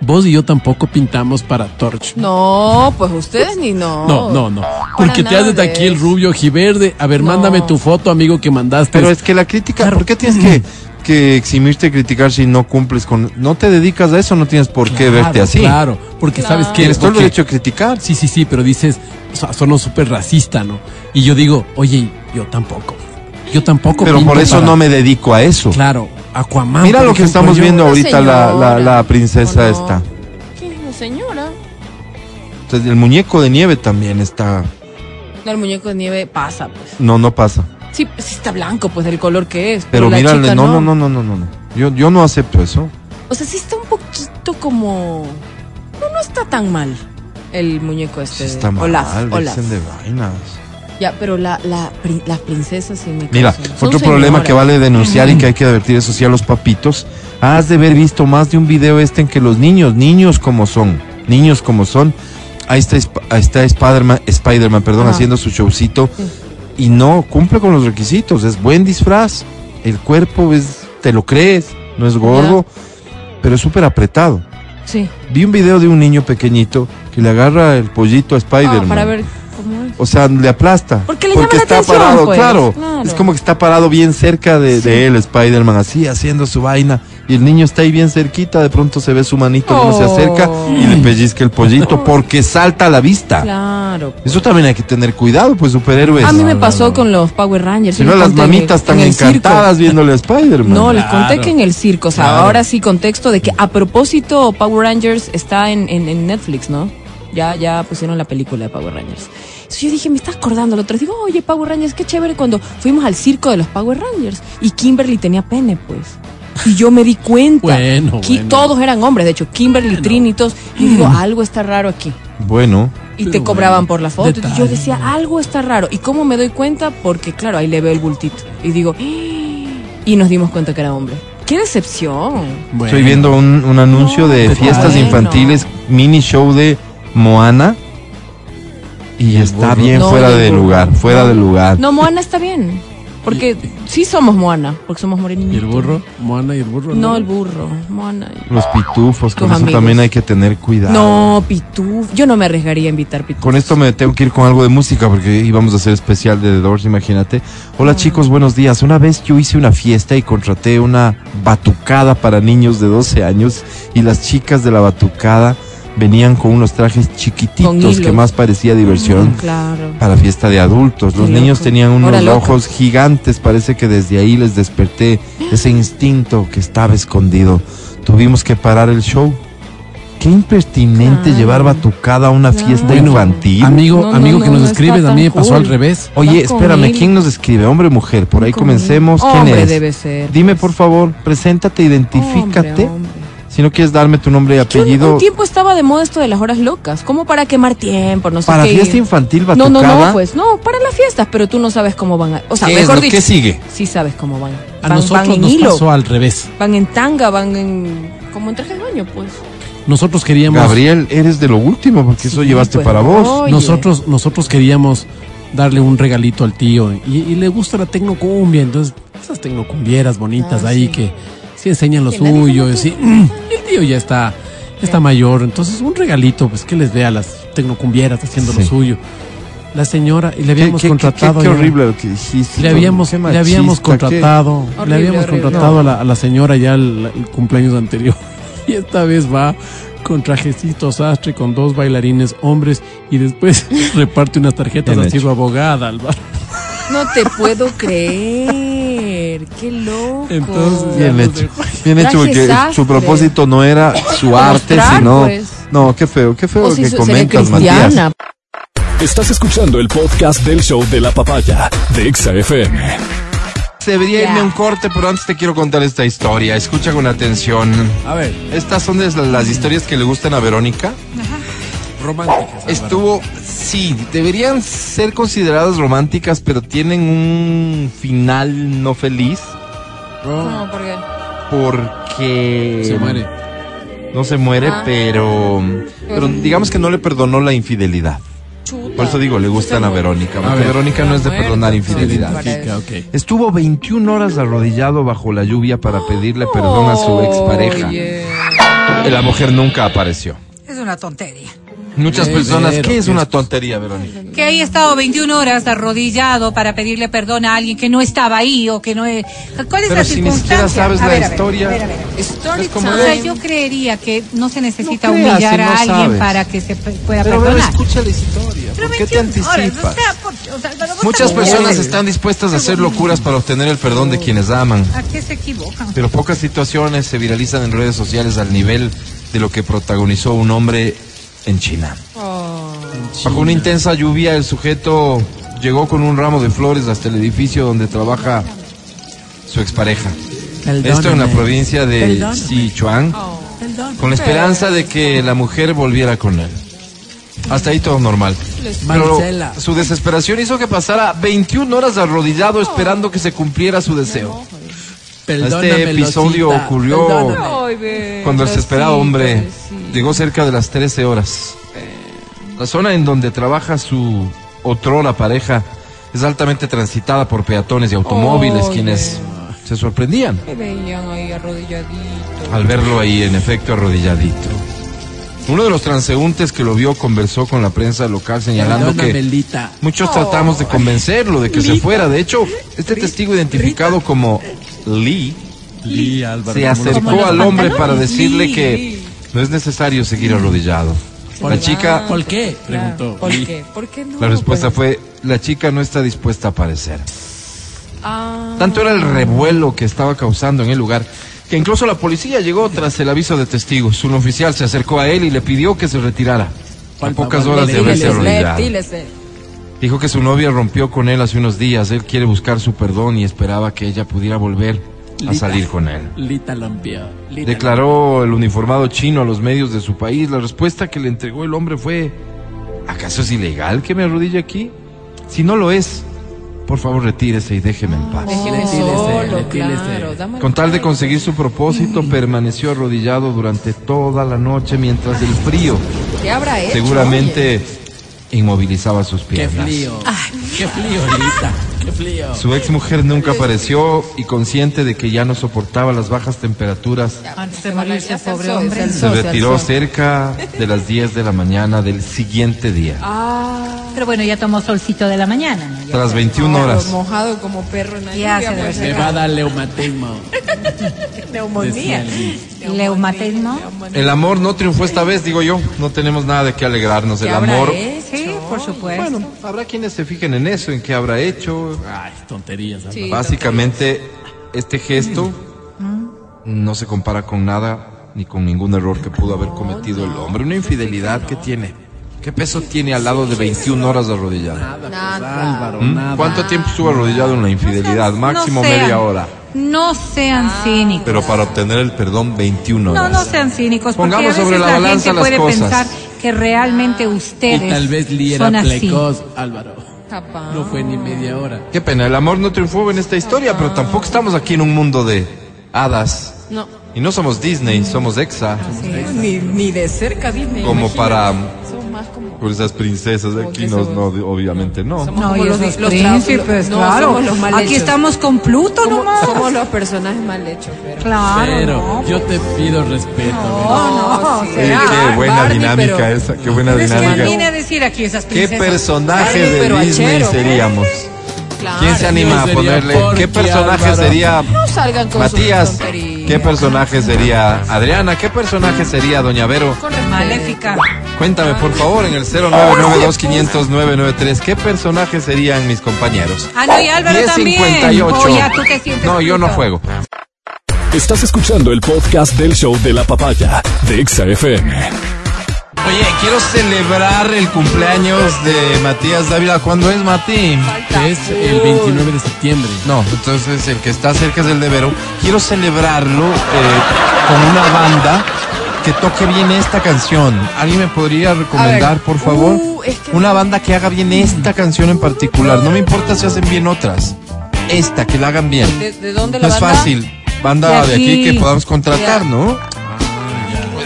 S3: Vos y yo tampoco pintamos para Torch.
S4: No, pues ustedes ni no.
S3: No, no, no. Porque te haces de
S4: nada.
S3: aquí el rubio ojiverde. A ver,
S4: No.
S3: mándame tu foto, amigo, que mandaste.
S2: Pero es que la crítica, ¿por qué tienes que, que eximirte y criticar si no cumples con... No te dedicas a eso, no tienes por qué
S3: Claro,
S2: verte así.
S3: Claro, porque sabes que
S2: Tienes todo el derecho a criticar.
S3: Sí, sí, sí, pero dices, o sea, sonó súper racista, ¿no? Y yo digo, oye, yo tampoco. Yo tampoco.
S2: Pero
S3: pinto
S2: por eso
S3: para-
S2: no me dedico a eso.
S3: Claro, Aquaman.
S2: Mira
S3: por
S2: lo que
S3: ejemplo,
S2: estamos
S3: yo-
S2: viendo
S4: Una
S2: ahorita la, la, la
S4: señora,
S2: princesa
S4: ¿o no?
S2: esta.
S4: Qué linda señora.
S2: Entonces, el muñeco de nieve también está...
S4: No, el muñeco de nieve pasa, pues.
S2: No, no pasa.
S4: Sí, sí está blanco, pues, del color que es.
S2: Pero
S4: la
S2: mira,
S4: chica
S2: no, no, no, no, no, no. no. Yo, yo no acepto eso.
S4: O sea, sí está un poquito como... No, no está tan mal el muñeco este.
S2: Sí
S4: de-
S2: está mal,
S4: Olaf,
S2: dicen
S4: Olaf.
S2: de vainas.
S4: Ya, pero la, la, pri- las princesas sí me
S2: Mira,
S4: causan- son
S2: otro problema
S4: señoras.
S2: que vale denunciar y que hay que advertir eso sí a los papitos. Has de haber visto más de un video este en que los niños, niños como son, niños como son, ahí está, Sp- ahí está Spider-Man, Spider-Man, perdón,
S4: Ajá.
S2: haciendo su showcito
S4: Sí.
S2: y no cumple con los requisitos. Es buen disfraz, el cuerpo es, te lo crees, no es gordo, pero es súper apretado.
S4: Sí. Ah,
S2: Vi un video de un niño pequeñito que le agarra el pollito a
S4: Ah,
S2: Spider-man.
S4: para ver cómo es.
S2: O sea, le aplasta.
S4: ¿Por qué le
S2: porque
S4: llama la
S2: está
S4: atención,
S2: parado,
S4: pues?
S2: claro,
S4: Claro.
S2: Es como que está parado bien cerca de, de él, Spider-Man, así, haciendo su vaina. Y el niño está ahí bien cerquita, de pronto se ve su manito como se
S4: Oh.
S2: acerca y le pellizca el
S4: [LAUGHS]
S2: pollito porque salta a la vista.
S4: Claro.
S2: Ah. Eso también hay que tener cuidado, pues superhéroes.
S4: A mí me pasó con los Power Rangers.
S2: Si
S4: Yo
S2: no,
S4: les
S2: las
S4: conté
S2: mamitas
S4: que en
S2: tan
S4: el circo-
S2: encantadas viéndole a Spider-Man.
S4: No, les
S3: Claro.
S4: conté que en el circo, o sea,
S3: Claro.
S4: ahora sí contexto de que a propósito Power Rangers está en, en- en Netflix, ¿no? Ya, ya pusieron la película de Power Rangers. Entonces yo dije, me está acordando, el otro día digo, oye, Power Rangers, qué chévere cuando fuimos al circo de los Power Rangers y Kimberly tenía pene, pues. Y yo me di cuenta
S3: [LAUGHS] Bueno,
S4: que
S3: bueno.
S4: todos eran hombres, de hecho, Kimberly, Trini, todos. Y
S3: [CLEARS THROAT]
S4: digo, algo está raro aquí.
S2: Bueno,
S4: Y te
S3: Pero
S4: cobraban
S3: bueno,
S4: por la foto. Y yo
S3: detalle.
S4: decía, algo está raro. ¿Y cómo me doy cuenta? Porque, claro, ahí le veo el bultito. Y digo, "Ah". y nos dimos cuenta que era hombre. ¡Qué decepción!
S3: Bueno,
S2: estoy viendo un, un anuncio de
S3: No,
S2: fiestas
S3: bueno.
S2: infantiles, mini show de Moana. Y está
S3: burro.
S2: bien
S4: No,
S2: fuera
S4: y el
S2: de
S4: burro.
S2: lugar, fuera de lugar.
S4: No, Moana está bien. Porque sí somos Moana, porque somos morenitos.
S3: ¿Y el burro? ¿Moana y el burro?
S4: No, el burro. Moana. y-
S2: Los pitufos, con
S4: Tus
S2: eso
S4: amigos.
S2: también hay que tener cuidado.
S4: No, Pitú. Yo no me arriesgaría a invitar Pitú.
S2: Con esto me tengo que ir con algo de música porque íbamos a hacer especial de The Doors, imagínate. Hola
S4: Mm.
S2: chicos, buenos días. Una vez yo hice una fiesta y contraté una batucada para niños de 12 años y las chicas de la batucada venían con unos trajes chiquititos que
S4: hilos.
S2: más parecía diversión
S4: Mm, Claro.
S2: para fiesta de adultos. Los
S4: Qué
S2: niños
S4: loco.
S2: tenían unos
S4: Ahora loco.
S2: ojos gigantes, parece que desde ahí les desperté ese instinto que estaba escondido. Tuvimos que parar el show. Qué impertinente
S4: Claro.
S2: llevar batucada a una
S4: Claro.
S2: fiesta
S4: Bueno,
S2: infantil.
S3: Amigo,
S4: No, no,
S3: amigo
S4: no,
S3: que nos
S4: no está
S3: escribes, a
S4: tan
S3: mí me pasó al
S4: cool.
S3: revés.
S2: Oye,
S4: vas
S2: espérame,
S4: conmigo.
S2: ¿quién nos escribe? ¿Hombre o mujer? Por ahí
S4: Conmigo.
S2: comencemos. ¿Quién
S4: hombre
S2: es?
S4: debe ser. pues.
S2: Dime por favor, preséntate, identifícate.
S4: Hombre, hombre.
S2: Si no quieres darme tu nombre y
S4: Que un-
S2: apellido
S4: Un tiempo estaba de moda esto de las horas locas, como para quemar tiempo, no sé
S2: para
S4: qué.
S2: fiesta infantil
S4: No,
S2: batucada.
S4: no, no, pues no, para las fiestas, pero tú no sabes cómo van a. O sea,
S2: ¿Qué es
S4: mejor
S2: lo
S4: dicho.
S2: que sigue?
S4: Sí sabes cómo van.
S3: A
S4: van,
S3: nosotros
S4: van en
S3: nos
S4: hilo,
S3: pasó al revés.
S4: van en tanga, van en. como en traje de baño, pues.
S3: Nosotros queríamos.
S2: Gabriel, eres de lo último porque eso
S4: Sí,
S2: llevaste
S4: pues,
S2: para vos.
S4: no, Oye.
S3: Nosotros, nosotros queríamos darle un regalito al tío y, y le gusta la tecnocumbia, entonces esas tecnocumbieras bonitas
S4: Ah,
S3: ahí
S4: sí.
S3: que sí enseñan lo
S4: Que nadie se
S3: suyo,
S4: lo
S3: sí. [CLEARS THROAT] el tío ya está, ya está
S4: Ya.
S3: mayor, entonces un regalito, pues que les dé a las tecnocumbieras haciendo lo
S2: Sí.
S3: suyo. La señora, y le
S2: Qué,
S3: habíamos
S2: qué- qué-
S3: contratado.
S2: qué- qué
S3: ya-
S2: horrible lo que dijiste.
S3: Le habíamos,
S2: Qué
S3: le habíamos
S2: machista,
S3: contratado, le
S4: Horrible,
S3: habíamos
S4: horrible.
S3: contratado a, la, a la señora ya el, el cumpleaños anterior. [LAUGHS] Y esta vez va con trajecito sastre, con dos bailarines hombres y después [LAUGHS] reparte unas tarjetas
S2: Bien
S3: así
S2: hecho.
S3: abogada al bar.
S4: No te puedo creer. Qué loco.
S3: Entonces,
S2: qué- Bien
S3: Los
S2: hecho.
S3: dejó.
S2: Bien hecho
S4: Traje
S2: porque
S4: sastre.
S2: su propósito no era su arte,
S4: Mostrar,
S2: sino.
S4: pues.
S2: No, qué feo, qué feo
S4: o
S2: lo
S4: si
S2: que
S4: su- sería
S2: comentas, Matías.
S4: cristiana.
S1: Estás escuchando el podcast del show de la papaya de Exa FM.
S2: Debería
S4: Ya.
S2: irme a un corte, pero antes te quiero contar esta historia. Escucha con atención.
S3: A ver,
S2: Estas son de las- las historias que le gustan a Verónica.
S3: románticas.
S2: Estuvo, sí, deberían ser consideradas románticas, pero tienen un final no feliz
S4: No, porque.
S2: porque
S3: Se muere.
S2: no se muere,
S4: Ah.
S2: pero, pero digamos que no le perdonó la infidelidad.
S4: Chuta.
S2: Por eso digo, le gustan a Verónica, porque
S3: ver.
S2: Verónica no es de
S4: Muerto,
S2: perdonar
S4: sí,
S2: infidelidad.
S4: sí,
S3: Chica, ok.
S2: Estuvo 21 horas arrodillado bajo la lluvia para pedirle perdón a su expareja.
S4: Oye.
S2: La mujer nunca apareció.
S5: Es una tontería.
S2: Muchas
S3: Qué
S2: personas,
S3: mero,
S2: ¿qué es
S3: qué
S2: una
S3: es-
S2: tontería, Verónica?
S5: Que haya estado 21 horas arrodillado para pedirle perdón a alguien que no estaba ahí o que no es... ¿Cuál es
S2: Pero
S5: la
S2: si ni
S5: circunstancia?
S2: siquiera sabes
S5: A
S2: la
S5: ver, a ver,
S2: historia.
S5: a ver, a ver.
S4: Story
S2: como
S5: O
S4: time.
S5: sea, yo creería que no se necesita
S2: No creas si
S5: humillar
S2: no
S5: a alguien
S2: sabes.
S5: para que se pe- pueda
S2: Pero Vero,
S5: perdonar.
S2: escucha la historia.
S5: Pero
S2: ¿Por qué te
S5: 21 horas,
S2: anticipas?
S5: o sea, por- o sea, pero vos
S2: Muchas
S5: también-
S2: personas están dispuestas a hacer locuras para obtener el perdón de quienes aman.
S5: ¿A qué se equivocan?
S2: Pero pocas situaciones se viralizan en redes sociales al nivel de lo que protagonizó un hombre en China. Bajo una intensa lluvia, el sujeto llegó con un ramo de flores hasta el edificio donde trabaja su expareja. Esto en la provincia de
S3: Perdóname.
S2: Sichuan, con la esperanza de que la mujer volviera con él. Hasta ahí todo normal. Pero
S3: Marcela.
S2: su desesperación hizo que pasara 21 horas arrodillado esperando que se cumpliera su deseo. Este episodio
S3: Losita,
S2: ocurrió
S3: perdóname.
S2: cuando el desesperado hombre llegó cerca de las 13 horas. La zona en donde trabaja su otrora pareja es altamente transitada por peatones y automóviles, quienes se sorprendían
S5: veían ahí arrodilladitos.
S2: al verlo ahí, en efecto, arrodilladito. Uno de los transeúntes que lo vio conversó con la prensa local señalando
S3: Perdóname,
S2: que
S3: Lita.
S2: Muchos tratamos de convencerlo de que se fuera. De hecho, este testigo identificado como Lee se acercó al hombre para decirle que no es necesario seguir arrodillado. La chica,
S3: ¿Por qué? Preguntó.
S4: ¿Por
S3: Y-
S4: qué? ¿Por qué no?
S2: la respuesta
S4: pues?
S2: fue, la chica no está dispuesta a aparecer.
S4: Ah,
S2: Tanto era el revuelo que estaba causando en el lugar que incluso la policía llegó tras el aviso de testigos. Un oficial se acercó a él y le pidió que se retirara. A
S3: Por
S2: pocas
S3: favor,
S2: horas de
S3: dile,
S2: haberse
S3: dile,
S2: arrodillado.
S4: diles, eh.
S2: Dijo que su novia rompió con él hace unos días. Él quiere buscar su perdón y esperaba que ella pudiera volver a
S3: Lita.
S2: salir con él.
S3: Lita Lampia. Lita
S2: Declaró el uniformado chino a los medios de su país. La respuesta que le entregó el hombre fue, ¿acaso es ilegal que me arrodille aquí? Si no lo es, por favor retírese y déjeme en paz.
S4: Déjeme
S3: Diles, eh,
S4: solo,
S3: diles,
S4: claro.
S3: eh.
S4: dame
S2: Con tal de
S4: algo.
S2: conseguir su propósito, permaneció arrodillado durante toda la noche mientras el frío
S4: ¿Qué habrá hecho?
S2: seguramente inmovilizaba sus
S3: Qué
S2: piernas.
S3: frío. Qué frío, Lita. Qué frío.
S2: Su ex mujer nunca apareció y consciente de que ya no soportaba las bajas temperaturas,
S5: Antes de
S4: Se
S5: morirse,
S4: alzó,
S5: pobre
S4: se
S5: hombre.
S4: alzó,
S2: se retiró
S4: alzó.
S2: cerca de las 10 de la mañana del siguiente día.
S4: Ah,
S5: Pero bueno, ya tomó solcito de la mañana. ¿no? Ya.
S2: Tras 21 horas,
S4: mojado como perro en la pues,
S5: Ya se debe
S3: Me va a dar leumatismo. Decía
S4: Neumonía.
S3: Lita.
S5: Leumatismo.
S2: el amor no triunfó esta vez, digo yo. No tenemos nada de qué alegrarnos. El
S4: ¿Qué habrá
S2: amor.
S4: hecho?
S5: Sí, por supuesto.
S2: Bueno, habrá quienes se fijen en eso, en qué habrá hecho.
S3: Ay, tonterías. ¿no?
S2: Básicamente, este gesto no se compara con nada ni con ningún error que pudo haber cometido el hombre. Una infidelidad que tiene. ¿Qué peso tiene al lado de 21 horas arrodillado?
S3: Álvaro,
S2: ¿Mm?
S3: nada.
S2: ¿Cuánto tiempo estuvo arrodillado en la infidelidad?
S5: No
S2: Máximo
S5: sean-
S2: media hora.
S5: No sean cínicos.
S2: Pero para obtener el perdón, 21
S5: No,
S2: horas.
S5: no sean cínicos, porque
S2: Pongamos
S5: a veces
S2: sobre la
S5: la,
S2: balanza
S5: gente
S2: las
S5: puede
S2: cosas.
S5: pensar que realmente
S3: Y
S5: ustedes
S3: tal vez Lee era
S5: son así.
S3: precoz, Álvaro. No fue ni media hora.
S2: Qué pena, el amor no triunfó en esta historia, pero tampoco estamos aquí en un mundo de hadas.
S4: No.
S2: Y no somos Disney, somos EXA.
S4: Ni, ni de cerca Disney.
S2: Como
S4: imagínate.
S2: para...
S4: Son más como.
S2: Por esas princesas de aquí, no, no, obviamente no.
S4: Somos
S5: No,
S4: como
S5: y
S4: los,
S5: esos
S4: los
S5: príncipes,
S4: no,
S5: claro.
S4: somos los mal
S5: Aquí
S4: hechos.
S5: estamos con Pluto
S4: Somos-
S5: nomás.
S4: Somos los personajes mal hechos, pero.
S5: Claro,
S3: Pero
S5: no.
S3: yo te pido respeto.
S5: No,
S4: Sí,
S2: Eh,
S5: será.
S4: qué buena Barbie, dinámica pero-
S2: esa, qué buena
S5: Entonces, ¿quién viene a decir aquí esas
S2: ¿Qué
S5: princesas?
S2: personaje
S4: Barbie,
S2: de
S4: pero
S2: Disney
S4: hachero.
S2: seríamos?
S4: Claro.
S2: ¿Quién se anima a
S3: Yo sería
S2: ponerle?
S3: Porky,
S2: ¿Qué personaje
S3: Álvaro.
S2: sería
S4: No salgan con sus
S2: Matías?
S4: tonterías.
S2: ¿Qué personaje sería Adriana? ¿Qué personaje sería Doña Vero?
S4: Con respeto.
S5: Maléfica.
S2: Cuéntame por favor en el 0992500993 qué personaje serían mis compañeros.
S5: Ah, no, y Álvaro también.
S2: 1058.
S5: Oh, ya, tú te sientes
S2: no, yo no
S5: Pluto.
S2: juego.
S1: Estás escuchando el podcast del show de la papaya de Exa FM.
S2: Oye, quiero celebrar el cumpleaños de Matías Dávila. ¿Cuándo es, Mati?
S3: Que es el 29 de septiembre.
S2: No, entonces el que está cerca es el de Vero. Quiero celebrarlo eh, con una banda que toque bien esta canción. ¿Alguien me podría recomendar,
S4: A ver.
S2: por favor?
S4: Uh, es que-
S2: Una banda que haga bien esta canción en particular. No me importa si hacen bien otras. Esta, que la hagan bien.
S4: ¿De, de dónde
S2: No
S4: la
S2: es
S4: banda?
S2: fácil. Banda
S5: De
S2: de aquí
S5: aquí.
S2: que podamos contratar, ¿no?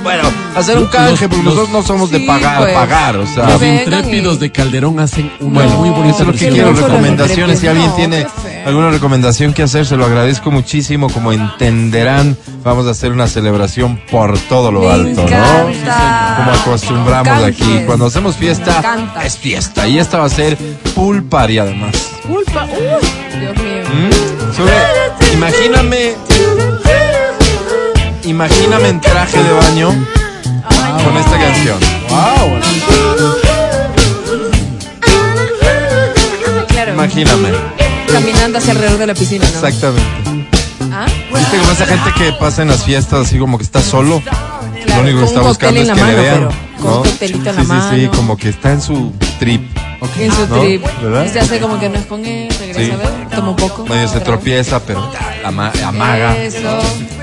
S2: Bueno, hacer un
S3: Los-
S2: canje, porque
S3: los-
S2: nosotros no somos de
S4: Sí,
S2: pagar,
S4: pues.
S2: pagar, o sea.
S3: Los
S4: vengan
S3: intrépidos
S4: y-
S3: de Calderón hacen una
S2: Bueno,
S3: muy
S2: eso
S3: bonita
S2: es lo que
S3: versión.
S2: quiero,
S4: No, solo
S2: recomendaciones. Si alguien
S4: no,
S2: tiene
S4: qué feo.
S2: alguna recomendación que hacer, se lo agradezco muchísimo. Como entenderán, vamos a hacer una celebración por todo lo
S5: Me
S2: alto,
S5: encanta.
S2: ¿no? Como acostumbramos
S5: Cantes.
S2: aquí. Cuando hacemos
S5: Me
S2: fiesta,
S5: encanta.
S2: es fiesta. Y esta va a ser pool party además.
S4: Culpa. Uy, Dios mío.
S2: ¿Mm? Sube. Imagíname. Imagíname en traje de baño con esta canción.
S4: Claro.
S2: Imagíname. Mm.
S4: Caminando hacia alrededor de la piscina, ¿no?
S2: Exactamente.
S4: Ah,
S2: ¿Viste como esa gente que pasa en las fiestas así como que está solo?
S4: Claro,
S2: Lo único que
S4: con
S2: está
S4: un
S2: buscando
S4: cóctel en
S2: es
S4: la
S2: que le
S4: mano,
S2: vean.
S4: pero con un coctelito en la
S2: sí, sí, sí,
S4: mano.
S2: como que está en su trip.
S4: en su
S2: ¿No?
S4: trip.
S2: ¿Verdad?
S4: Y se hace como que no es con él, regresa
S2: Sí.
S4: a ver, toma un poco.
S2: Medio se
S4: otra vez.
S2: tropieza, pero ama- amaga.
S4: Eso.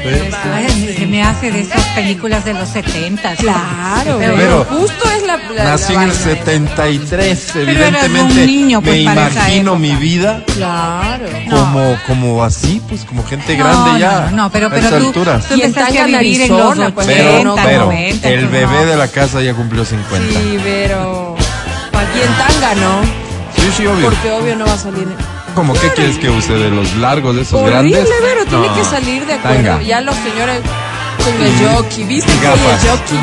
S5: Ay, se me hace de esas películas de los 70.
S4: Claro,
S5: Pero-
S4: pero justo es la. la
S2: Nací
S4: la
S2: en el
S4: vaina.
S2: 73,
S5: eras un
S2: evidentemente.
S5: niño, pues,
S2: me
S5: para esa
S2: imagino
S5: época.
S2: mi vida
S4: Claro.
S2: como, como así, pues como gente
S5: No,
S2: grande
S5: no,
S2: ya.
S5: no, no, pero,
S2: a
S5: pero
S2: esas
S5: tú,
S2: alturas.
S5: tú
S4: Y en
S5: empezaste a
S4: Tanga,
S5: vivir en los
S4: Arizona,
S5: 80,
S4: pues,
S2: Pero,
S5: 90,
S2: pero,
S5: 90,
S2: el
S5: pues,
S2: bebé
S5: no.
S2: de la casa ya cumplió 50.
S4: Sí, pero. Y en tanga, ¿no?
S2: Sí, sí, obvio.
S4: Porque obvio no va a salir.
S2: ¿Cómo qué quieres que use? ¿De los largos, de esos
S4: Horrible,
S2: grandes?
S4: pero tiene
S2: No,
S4: que salir de acuerdo.
S2: tanga.
S4: Ya los señores con el jockey, ¿viste?
S2: Y
S4: que hay
S2: gafas.
S4: el jockey.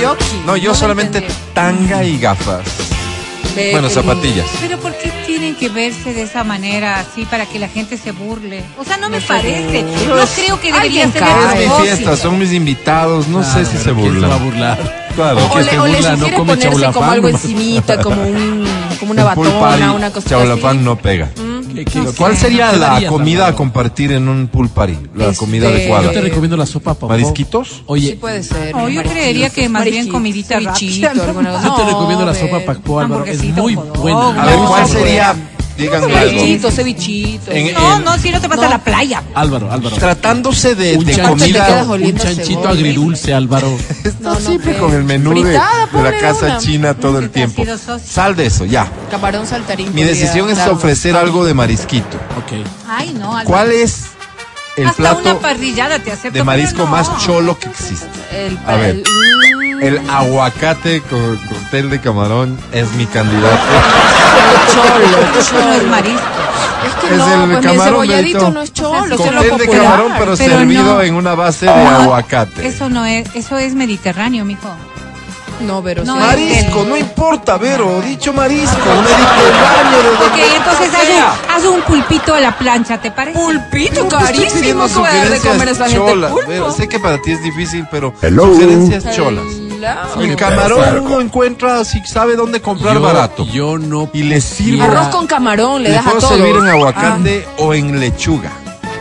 S4: El jockey.
S2: No, yo
S4: me
S2: solamente
S4: entendí.
S2: tanga y gafas.
S5: Eh,
S4: Ve,
S2: Bueno,
S4: querido.
S2: zapatillas.
S5: Pero ¿por qué tienen que verse de esa manera así para que la gente se burle? O sea, no, me
S4: sé.
S5: parece. No creo que debería
S4: Alguien
S5: ser
S4: cae.
S5: a
S2: Es mi fiesta,
S5: propósito.
S2: son mis invitados, no sé si se
S6: ¿Quién va a
S2: burlan.
S6: burlar?
S2: Claro,
S4: O
S2: que
S4: le,
S2: se
S4: o le
S2: burlan,
S4: sugiere
S6: come
S4: ponerse como
S6: chaulafán
S4: algo
S6: nomás.
S4: encimita, como, un,
S2: [LAUGHS]
S4: como una
S2: un pool party,
S4: batona, una cosita
S2: chaulafán
S4: así.
S2: no pega.
S6: ¿Qué- qué-
S2: ¿Cuál sería
S6: ¿Qué
S2: la
S6: darías,
S2: comida a
S6: Álvaro?
S2: compartir en un pool party? La
S4: Este,
S2: comida
S4: yo
S2: adecuada.
S6: Te recomiendo la sopa, papá.
S2: ¿Marisquitos?
S4: Sí
S6: Oye,
S4: puede ser.
S5: No, yo
S4: marisquito,
S5: creería que más bien
S4: marisquito,
S5: comidita
S4: cevichito,
S5: rápida,
S4: alguna cosa.
S6: yo te
S4: No,
S6: recomiendo la
S4: ver,
S6: sopa Pacpo, Álvaro. Es
S5: hamburguesita,
S6: muy
S5: hot dog.
S6: buena.
S2: A ver,
S4: No,
S2: ¿cuál
S4: se
S2: sería? Díganme algo.
S4: Cevichito, cevichito.
S2: En-
S5: No, no, si no te vas a la playa.
S6: Álvaro, Álvaro.
S2: Tratándose de,
S6: Un
S2: de
S6: chanchito,
S4: quedas
S2: comida.
S6: un
S4: oliendo
S6: chanchito
S4: cebolla.
S6: agridulce, Álvaro.
S2: Está
S4: No, no
S2: siempre
S4: pega.
S2: con el menú de,
S4: Fritada,
S2: de la
S4: ponle
S2: casa
S4: una.
S2: china todo el
S5: te
S2: tiempo.
S5: has ido socio.
S2: Sal de eso, ya.
S4: Camarón saltarín.
S2: Mi
S4: podría
S2: decisión es
S4: darlo.
S2: ofrecer algo de marisquito.
S6: Ok.
S5: Ay, no. Álvaro.
S2: ¿Cuál es el
S5: Hasta una
S2: plato
S5: parrillada te acepto.
S2: de
S5: pero
S2: marisco
S5: no.
S2: más cholo que existe?
S4: El,
S2: A ver.
S4: el- mm,
S2: El aguacate con cóctel de camarón es mi candidato.
S4: cholo,
S5: Eso no es
S4: cholo.
S5: marisco.
S4: Es que
S2: Es
S4: no,
S2: el
S4: pues mi
S2: camarón,
S4: cebolladito
S2: Benito.
S4: no es cholo, eso es lo
S2: Cóctel de
S4: popular.
S2: camarón, pero,
S5: pero
S2: servido
S5: no.
S2: en una base de
S5: Ah,
S2: aguacate.
S5: Eso no es, eso es mediterráneo, mijo.
S4: No, pero
S5: No,
S4: sí.
S5: es que-
S2: Marisco, no importa, Vero. Dicho marisco,
S4: Ah,
S2: no dicho el baño de
S5: Ok,
S2: donde
S5: entonces haz
S2: sea.
S5: un, haz un pulpito a la plancha, ¿te parece?
S4: Pulpito
S2: Te estoy pidiendo
S4: carísimo que va a dar de comer a esa
S2: sugerencias
S4: gente.
S2: cholas. Vero,
S4: Pulpo.
S2: sé que para ti es difícil, pero
S1: Hello.
S2: sugerencias cholas.
S4: Hello.
S2: El camarón uno encuentra si sabe dónde comprar
S6: Yo-
S2: barato.
S6: Yo no.
S2: Y le sirve.
S4: Arroz con camarón, le
S2: Le
S4: das a
S2: puedo
S4: todo. Ah.
S2: servir en aguacate o en lechuga.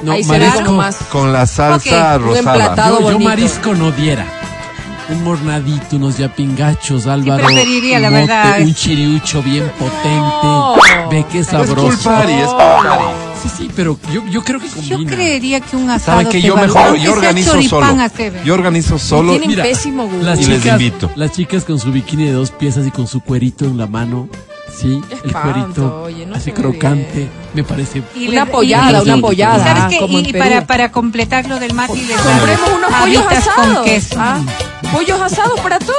S6: No,
S4: Ahí se
S6: marisco.
S4: da nomás.
S2: Con la salsa
S4: Ok, un
S2: rosada.
S4: emplatado.
S6: Yo, yo
S4: bonito.
S6: marisco no diera. Un mornadito, unos yapingachos, Álvaro.
S5: preferiría,
S6: un
S5: la verdad.
S6: Un chiriucho bien potente. Ve qué
S2: No es pool
S6: sabroso.
S2: party,
S4: Oh.
S2: es pool party.
S6: Sí, sí, pero yo, yo creo que
S5: Yo
S6: combina.
S5: creería que un asado
S2: ¿Saben que
S5: te
S2: yo
S5: va-
S2: mejor?
S5: aunque
S2: Yo
S5: sea
S2: organizo
S5: choripán,
S2: solo.
S5: hazte ver.
S2: Yo organizo solo.
S4: tienen pésimo gusto.
S6: Las
S2: Y
S6: chicas,
S2: les invito.
S6: Las chicas con su bikini de dos piezas y con su cuerito en la mano. Sí,
S4: Qué
S6: el
S4: espanto,
S6: cuerito
S4: oye, no
S6: así
S4: se ve
S6: crocante.
S4: bien.
S6: Me parece.
S5: Y
S4: Una
S5: le-
S4: pollada,
S5: y-
S6: una
S5: y-
S6: pollada,
S5: Y, ¿sabes qué?
S4: como
S5: Y-
S4: en
S5: y
S4: Perú. Pues,
S5: para, para completar lo del mati, les
S4: Compremos unos pollos
S5: con
S4: asados.
S5: queso.
S4: Ah, pollos asados para todos.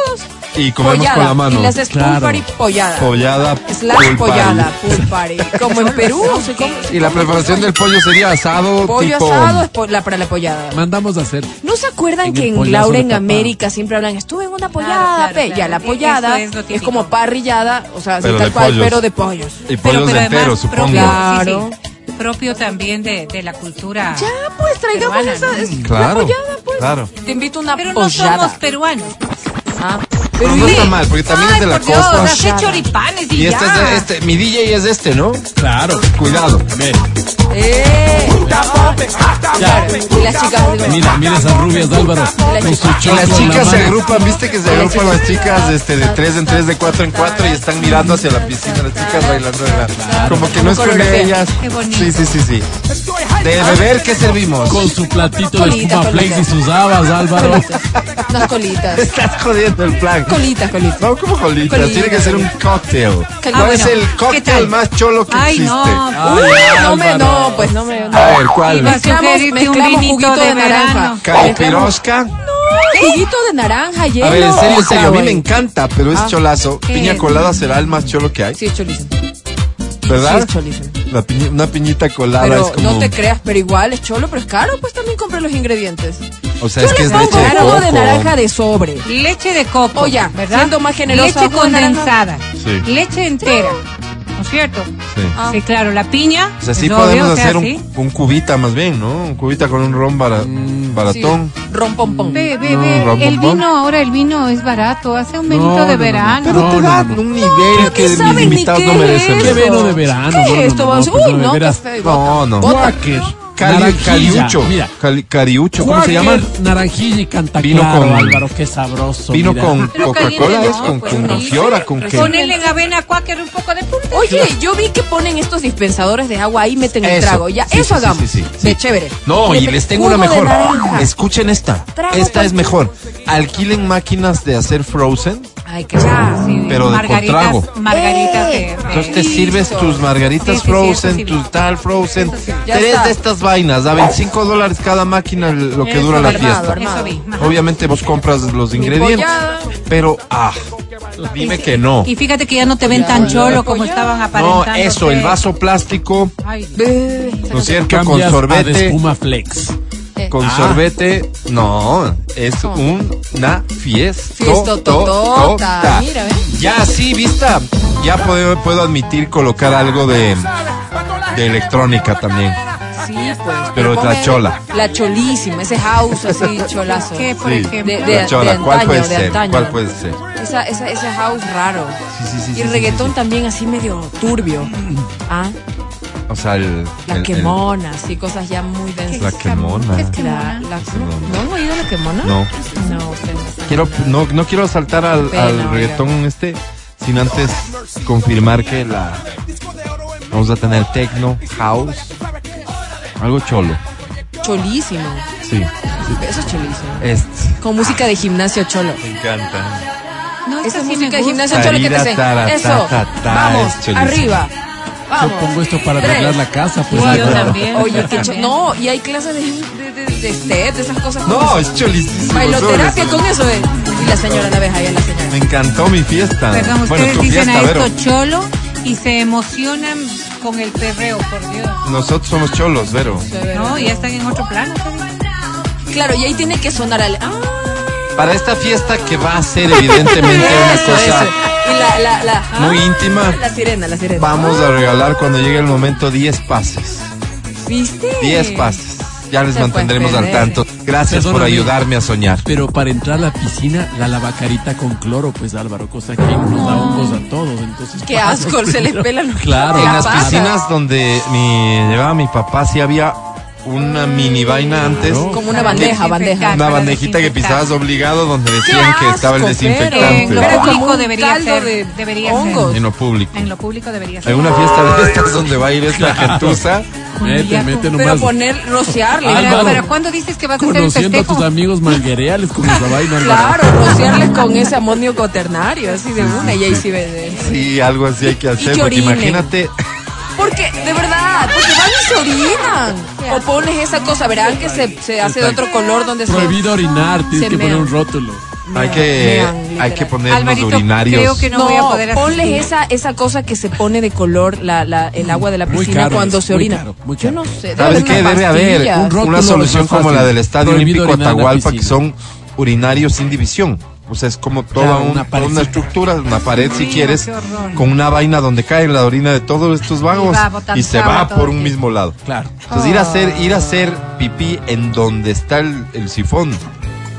S2: Y comemos
S4: Pollada,
S2: con la mano.
S4: Y las haces
S6: Claro.
S4: pool party pollada.
S2: Pollada.
S4: Slash
S2: pool party.
S4: pollada, pool
S2: [LAUGHS]
S4: party. Como en Perú. se come
S2: Y la preparación del pollo sería asado
S4: pollo
S2: tipo
S4: asado es po- la, para la pollada.
S6: Mandamos a hacer.
S4: ¿No se acuerdan
S6: En
S4: que
S6: el
S4: en
S6: pollazo
S4: Laura
S6: de
S4: en
S6: papá.
S4: América siempre hablan, estuve en una pollada,
S5: claro,
S4: pe"? ya
S5: claro.
S4: la
S5: E-
S4: pollada
S5: eso es lo
S4: es,
S5: típico.
S4: como parrillada, o sea, así
S2: Pero de
S4: tal cual,
S2: pollos.
S4: pero de pollos.
S2: y pollos enteros,
S5: propio,
S2: supongo.
S5: claro.
S4: Claro.
S5: propio también de, de la cultura.
S4: Ya, pues traigamos
S5: Peruana,
S4: esa,
S5: ¿no?
S4: es
S2: Claro,
S4: la pollada, pues.
S2: claro.
S4: Te invito a una
S5: Pero no
S4: pollada.
S5: somos peruanos.
S4: Ah,
S2: Pero no
S5: Sí.
S2: está mal, porque también
S5: Ay,
S2: es de la
S5: por Dios,
S2: costa.
S5: hace choripanes y,
S2: Y
S5: ya.
S2: este es de- este, mi DJ es este, ¿no?
S6: Claro.
S2: Cuidado.
S4: ¡Eh!
S6: Ya.
S4: Y las chicas digo,
S6: Mira, mira esas rubias, Álvaro. Con su
S2: Y
S6: choclo en
S2: las
S6: la
S2: chicas se
S6: mano.
S2: agrupan, viste que se agrupan las chicas este, de tres en tres, de cuatro en cuatro y están mirando hacia la piscina, las chicas bailando en la... Como que no es con
S4: coreografía.
S2: ellas.
S5: Qué bonito.
S2: Sí, sí, sí, sí. De beber, ¿qué servimos?
S6: Con su platito de
S4: Colita,
S6: espuma
S4: colita.
S6: flex y sus habas, Álvaro.
S4: unas
S2: [LAUGHS]
S4: colitas.
S2: Estás jodiendo el plan.
S4: Colitas, colitas.
S2: No, como colitas,
S4: Colita.
S2: tiene que ser un cóctel.
S4: Ah,
S2: ¿Cuál es el
S5: bueno. ¿Qué
S2: cóctel
S5: tal?
S2: más cholo que
S5: Ay,
S2: existe?
S5: no.
S4: Uy, no me, no, pues no me.
S2: A
S4: No.
S2: ver, ¿cuál?
S5: Iba a
S4: Mezclamos-
S5: sugerirte
S4: mezclamos
S5: un vinito
S4: juguito
S5: de,
S4: de naranja.
S5: verano.
S2: Caipirosca.
S4: Juguito de naranja, hielo. Ah,
S2: A ver, en serio, en serio, a mí me
S4: agua.
S2: encanta, pero es cholazo. Piña
S5: es?
S2: colada será el más cholo que hay.
S4: Sí, es cholísimo.
S2: Y ¿Verdad?
S4: Sí, es cholísimo.
S2: La piñi- una piñita colada es
S4: Pero
S2: como.
S4: no te creas, pero igual es cholo, pero es caro, pues también compré los ingredientes.
S2: o sea,
S4: Yo
S2: es que
S4: le
S2: es
S4: pongo
S2: leche de
S4: jugo
S2: coco.
S4: de, naranja de sobre.
S5: Leche de coco.
S4: O Oh, ya,
S5: ¿verdad?
S4: siendo más generosa,
S5: Leche
S4: jugo de naranja.
S5: condensada.
S2: Sí.
S5: Leche entera. ¿No es cierto?
S2: Sí.
S4: Ah.
S5: Sí, claro, la piña.
S2: O sea, sí
S5: es obvio,
S2: podemos
S5: o sea,
S2: hacer un,
S5: sí.
S2: un cubita más bien, ¿no? Un cubita con un ron bara-
S4: Mm,
S2: baratón.
S4: Rompompón.
S5: Ve, ve,
S2: No,
S5: ve.
S2: ron
S5: el
S2: bombón.
S5: vino ahora, el vino es barato. Hace un vinito de verano.
S2: Pero te da un nivel que mis
S4: saben ni
S2: invitados
S4: qué
S2: no merecen.
S4: es.
S6: Qué veno de verano.
S4: ¿Qué
S6: no, no,
S4: es esto?
S6: no, no,
S4: Vas-
S6: pues,
S4: Uy,
S6: no, de
S4: no, qué
S6: veras.
S4: feo. y bota.
S2: No, no.
S4: pues, Bota.
S6: Quaker.
S2: Cali-
S6: naranjilla,
S2: caliucho.
S6: Mira.
S2: Cali- cariucho, ¿cómo
S6: Quaker,
S2: se llama?
S6: Naranjilla y canta
S2: Vino
S6: claro,
S2: con-
S6: Álvaro, qué sabroso.
S2: Vino
S6: mira.
S2: con
S5: Pero
S2: Coca-Cola,
S5: caliente
S2: es
S5: no,
S2: con,
S5: pues,
S2: con
S5: no.
S2: Fiora, con qué.
S5: Ponerle en avena cuáquer un poco de punta.
S4: Oye, yo vi que ponen estos dispensadores de agua ahí, meten el
S2: Eso.
S4: trago. Ya,
S2: Sí, sí, sí,
S4: eso hagamos.
S2: sí, sí, sí.
S4: De chévere.
S2: No, y
S4: Le-
S2: les tengo
S4: jugo
S2: una
S4: de
S2: mejor.
S4: naranja.
S2: Escuchen esta.
S4: Trago
S2: Esta
S4: con-
S2: es mejor. Alquilen máquinas de hacer frozen,
S4: Ay, qué rico.
S5: Sí,
S2: Pero de
S5: margaritas,
S2: contrago.
S5: margaritas de-
S4: Eh.
S5: de-
S2: Entonces te sirves tus
S5: Sí,
S2: margaritas
S5: sí, sí, eso
S2: frozen,
S5: sí.
S2: tus tal frozen.
S5: Eso sí.
S4: Ya
S2: Tres
S4: está.
S2: de estas vainas, a 25 dólares cada máquina lo que
S5: Eso,
S2: dura la
S5: armado,
S2: fiesta.
S5: Eso vi. ajá.
S2: Obviamente vos compras los ingredientes,
S4: pollada.
S2: pero ah, dime que no.
S5: Y fíjate que ya no te ven tan cholo como estaban
S2: No,
S5: aparentando.
S2: eso, el vaso plástico,
S5: Ay, Dios.
S4: Ve,
S2: ¿no es cierto? Con
S6: Cambias a de
S2: sorbete,
S6: espuma flex.
S2: con
S6: Ah.
S2: sorbete, no, es una fiesta.
S4: Fiestototota. Mira, ¿ves?
S2: Ya sí, vista, ya puedo, puedo admitir colocar algo de, de electrónica también.
S4: Sí, pues.
S2: Pero
S4: le
S2: es la
S4: ponen
S2: chola.
S4: La cholísima, ese house así cholazo.
S5: ¿Qué, por
S2: Sí,
S5: ejemplo?
S4: de-
S2: la chola, ¿cuál
S4: antaño,
S2: puede
S4: de
S2: ser?
S4: antaño.
S2: ¿Cuál puede ser?
S4: Esa, esa, ese house raro.
S2: sí, sí,
S4: y
S2: sí,
S4: el
S2: sí,
S4: reggaetón también así medio turbio. Ah,
S2: O sea, el,
S4: la
S2: el- el-
S4: quemona, sí, cosas ya muy
S2: la
S4: densas.
S2: quemona.
S4: La, la- ¿No han oído la quemona?
S2: No.
S4: No, ustedes no saben.
S2: Quiero, no, no quiero saltar al,
S4: Pena,
S2: al
S4: oiga.
S2: reggaetón este sin antes confirmar que la vamos a tener techno, house, algo cholo.
S4: Cholísimo.
S2: Sí,
S4: Eso es cholísimo.
S2: este.
S4: Con música de gimnasio cholo.
S2: Me encanta.
S5: No,
S4: Esa
S5: esa
S4: es
S5: sí me
S4: música de
S5: gusta.
S4: gimnasio cholo que te
S2: Tarira,
S4: hacen.
S2: tara,
S4: Eso.
S2: ta, ta, ta,
S4: Vamos,
S2: es cholísimo.
S4: arriba. Vamos.
S6: Yo pongo esto para arreglar la casa, pues. [LAUGHS]
S5: Sí, yo
S6: Álvaro.
S5: también.
S4: Oye, qué cho-
S5: También.
S4: No, y hay clases de, de, de, de set, de esas cosas.
S2: No, es cholísimo.
S4: Bailoterapia
S2: sobre.
S4: con eso es. Y la señora la ves ahí a la señora.
S2: Me encantó mi fiesta.
S5: Perdón,
S2: bueno,
S5: ustedes
S2: tu
S5: dicen
S2: fiesta,
S5: a
S2: Vero.
S5: esto cholo y se emocionan con el perreo, por Dios.
S2: Nosotros somos cholos, Vero.
S5: No, ya están en otro plano.
S4: Claro, y ahí tiene que sonar al. Ah,
S2: Para esta fiesta que va a ser evidentemente una
S4: eso,
S2: cosa
S4: eso. Y la, la, la. ah,
S2: muy íntima,
S4: La sirena, la sirena.
S2: vamos a regalar cuando llegue el momento 10 pases.
S4: ¿Viste?
S2: 10 pases. Ya les
S4: Se
S2: mantendremos
S4: puede
S2: al tanto. Gracias por
S6: Perdóname.
S2: ayudarme a soñar.
S6: Pero para entrar a la piscina, la lavacarita con cloro, pues Álvaro, cosa que nos da hongos a todos. Entonces, [LAUGHS]
S4: Qué
S6: para
S4: asco, se les
S6: primero-
S4: pelan los-
S6: Claro.
S4: la
S2: En las
S4: pata.
S2: piscinas donde mi, llevaba mi papá, sí había una mini vaina antes.
S4: Como una bandeja, bandeja.
S2: Una bandejita que pisabas obligado donde decían que estaba el
S4: asco,
S5: En lo
S4: Era
S2: desinfectante.
S4: como
S5: público
S4: un
S5: debería
S4: caldo
S5: ser.
S4: de
S5: debería
S4: hongos.
S2: En lo público.
S5: ser. En lo público debería ser.
S2: En una fiesta de estas donde va a ir esta gentuza.
S6: Mete, mete
S4: Pero
S6: nomás.
S4: poner, rociarle.
S2: Ah,
S5: Pero,
S6: Álvaro.
S5: pero ¿cuándo dices que vas a hacer el
S6: Conociendo a
S5: festejo?
S6: tus amigos manguereales con esa vaina, Álvaro.
S4: Claro, rociarles con ese amonio cuaternario, así de una, y ahí sí venden.
S2: Sí, algo así hay que hacer.
S4: que
S2: Porque
S4: orinen.
S2: imagínate,
S4: Porque, de verdad, porque van y se orinan. O pones esa cosa, verán que se, se hace de otro color donde se.
S6: Prohibido orinar,
S4: Se
S6: tienes que poner
S4: mean.
S6: un rótulo.
S2: hay que,
S4: Vean, literal.
S2: hay que ponernos
S5: Alvarito,
S2: urinarios.
S5: creo que no,
S4: No,
S5: voy a poder asistir.
S4: ponles esa, esa cosa que se pone de color la, la, el agua de la
S6: Muy
S4: piscina
S6: caro
S4: cuando
S6: es,
S4: se
S6: muy
S4: orina.
S6: caro, muy
S4: Yo
S6: caro.
S4: no sé.
S2: ¿Sabes qué? Debe haber
S4: pastillas.
S2: un-
S6: pastillas.
S2: una
S6: Rótulo
S2: solución
S6: es más
S2: como la
S6: fácil.
S2: del Estadio
S6: Prohibido
S2: Olímpico
S6: orinar en la
S2: Atahualpa, que
S6: piscina.
S2: son urinarios sin división. O sea, es como toda
S6: Claro,
S2: un-
S6: una
S2: toda una,
S6: parecita.
S2: estructura, una pared si
S5: no,
S2: quieres,
S5: qué horror.
S2: con una vaina donde cae la orina de todos estos vagos
S5: va botando
S2: y se
S5: agua
S2: va
S5: todo
S2: por
S5: el
S2: un
S5: tiempo.
S2: mismo lado.
S6: Claro.
S2: Entonces ir a hacer, ir a hacer
S4: Ah.
S2: pipí en donde está el, el sifón.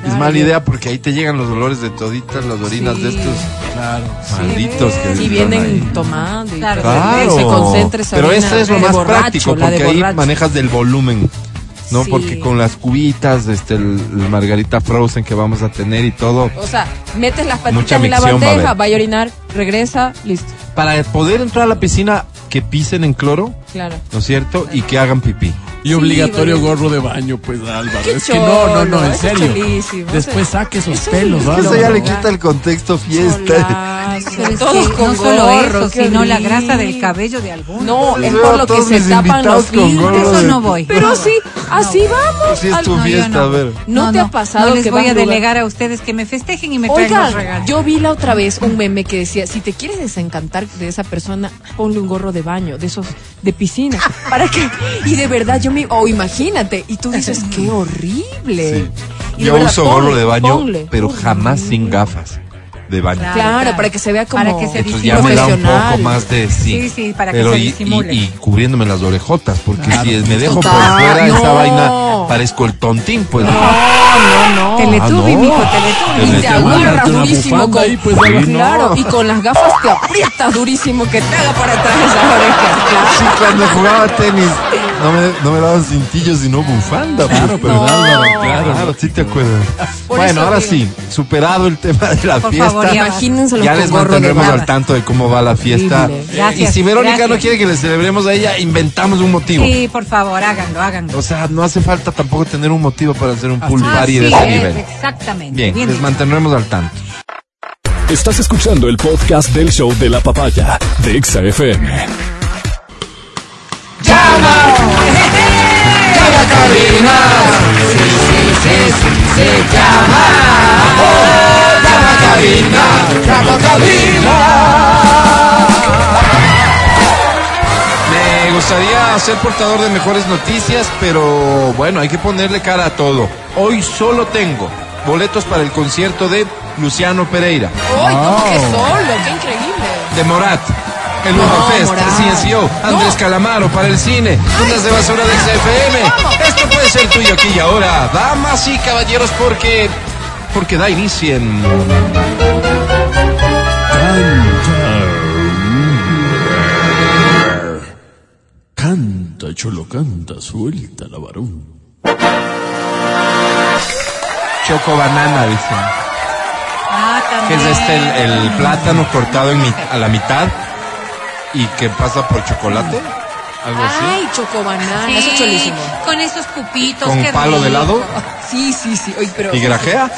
S4: Ah,
S2: Es mala idea porque ahí te llegan los dolores de toditas las orinas de estos
S6: Claro.
S2: malditos que
S4: Si
S2: están ahí.
S4: vienen tomando y
S5: Claro.
S2: Claro.
S4: se concentra esa
S2: Pero
S4: orina,
S2: este es lo
S4: la de
S2: más
S4: borracho,
S2: práctico
S4: la de
S2: porque ahí
S4: borracho.
S2: manejas del volumen. No,
S4: Sí.
S2: porque con las cubitas, este, el, el margarita frozen que vamos a tener y todo.
S4: O sea, metes las
S2: Mucha
S4: patitas en la
S2: micción va a
S4: bandeja,
S2: haber.
S4: vaya a orinar, regresa, listo.
S2: Para poder entrar a la piscina, que pisen en cloro,
S4: Claro.
S2: ¿no es cierto? Y que hagan pipí.
S6: Y obligatorio
S4: vale.
S6: gorro de baño, pues Álvaro.
S4: Qué
S6: es que no, no, no,
S4: cholo,
S6: en
S4: es
S6: serio.
S4: cholísimo,
S6: Después
S4: ese-
S6: saque esos
S4: ese es
S6: pelos,
S4: el-
S6: Álvaro.
S2: Eso ya le quita el contexto fiesta.
S4: Ay,
S5: Pero Este. es
S4: todos
S5: que
S4: con
S5: no solo
S4: gorro,
S5: eso,
S4: qué
S5: sino la
S4: horrible.
S5: grasa del cabello de algunos.
S4: No, es
S2: Veo
S4: por
S2: a
S4: lo que
S2: todos
S4: se
S2: mis
S4: tapan
S2: invitados
S4: los
S2: con gorro
S4: filtros.
S5: Eso
S2: de-
S5: no voy.
S4: Pero sí, así vamos.
S2: Así es
S4: Al-
S2: tu
S5: No, yo
S2: fiesta,
S5: no.
S2: a ver.
S4: ¿No, te ha pasado
S5: No les
S4: que
S5: voy
S4: vas
S5: a
S4: lugar-
S5: delegar a ustedes que me festejen y me traigan los
S4: Oiga,
S5: regalos.
S4: yo vi la otra vez un meme que decía, si te quieres desencantar de esa persona, ponle un gorro de baño, de esos de piscina,
S5: [LAUGHS]
S4: para que y de verdad yo me o imagínate y tú dices, qué horrible. Y de
S2: Yo
S4: verdad,
S2: uso gorro
S4: ponle,
S2: de baño,
S4: ponle.
S2: pero jamás sin gafas de baño.
S5: Claro.
S4: Claro, para que se vea como
S5: Para que se
S2: Entonces ya me da un poco más de sí.
S5: Sí, sí, para que
S2: Pero
S5: se
S2: y,
S5: disimule.
S2: y- y cubriéndome las orejotas, porque si me dejo
S4: Total,
S2: por fuera
S4: no.
S2: esta vaina, parezco el tontín, pues.
S4: No, no, no.
S5: Teletubi,
S2: Ah, no.
S5: mijo, teletubi.
S4: Y
S2: Desde
S4: te
S2: que mandas
S4: agarras
S6: una
S4: durísimo
S6: bufanda
S4: con,
S6: ahí, pues, algo así.
S4: claro, y con las gafas te aprietas durísimo que te haga para atrás esas orejas. claro.
S2: Sí, cuando jugaba tenis, no me, no me daban cintillos, sino bufanda.
S6: Claro,
S2: pues,
S6: pero
S2: ¿verdad?
S6: Álvaro, claro.
S2: Claro, sí te acuerdas.
S4: Por
S2: bueno,
S4: eso
S2: ahora
S4: digo.
S2: sí, superado el tema de la
S5: Por
S2: fiesta.
S5: favor, ya basta.
S4: Imagínenselo
S2: ya
S4: con
S2: les
S4: gorro de
S2: mantendremos
S4: baba.
S2: al tanto de cómo va la fiesta. Eh,
S4: Horrible.
S5: Gracias,
S2: y si Verónica no
S5: gracias.
S2: quiere que le celebremos a ella, inventamos un motivo.
S5: Sí, por favor, háganlo, háganlo.
S2: O sea, no hace falta tampoco tener un motivo para hacer un pool party
S5: Así
S2: de
S5: es,
S2: ese nivel.
S5: Ah, exactamente.
S2: Bien,
S5: Bien
S2: les
S5: dicho.
S2: mantendremos al tanto.
S1: Estás escuchando el podcast del show de la papaya de Exa FM.
S2: Me gustaría ser portador de mejores noticias, pero bueno, hay que ponerle cara a todo. Hoy solo tengo boletos para el concierto de Luciano Pereira,
S4: ¡Ay,
S2: Ah.
S4: cómo que solo! ¡Qué increíble!
S2: de Morat, el Urban Fest,
S4: Morat.
S2: el CSO, Andrés Calamaro para el cine, Ondas de Basura del CFM. Esto puede ser tuyo aquí y ahora, damas y caballeros, porque, porque da inicio en...
S6: Canta, cholo, canta, suelta la varón.
S2: Choco Banana, dicen.
S5: Ah,
S2: que
S5: también.
S2: es este el, el plátano cortado en mi- a la mitad y que pasa por chocolate, algo así,
S4: ¡Ay, chocobanana!
S5: Sí,
S4: Eso es cholísimo.
S5: con esos cupitos.
S2: con
S5: qué
S2: palo de
S5: rico.
S2: helado
S4: Sí, sí, sí. Oye, pero,
S2: y grajea.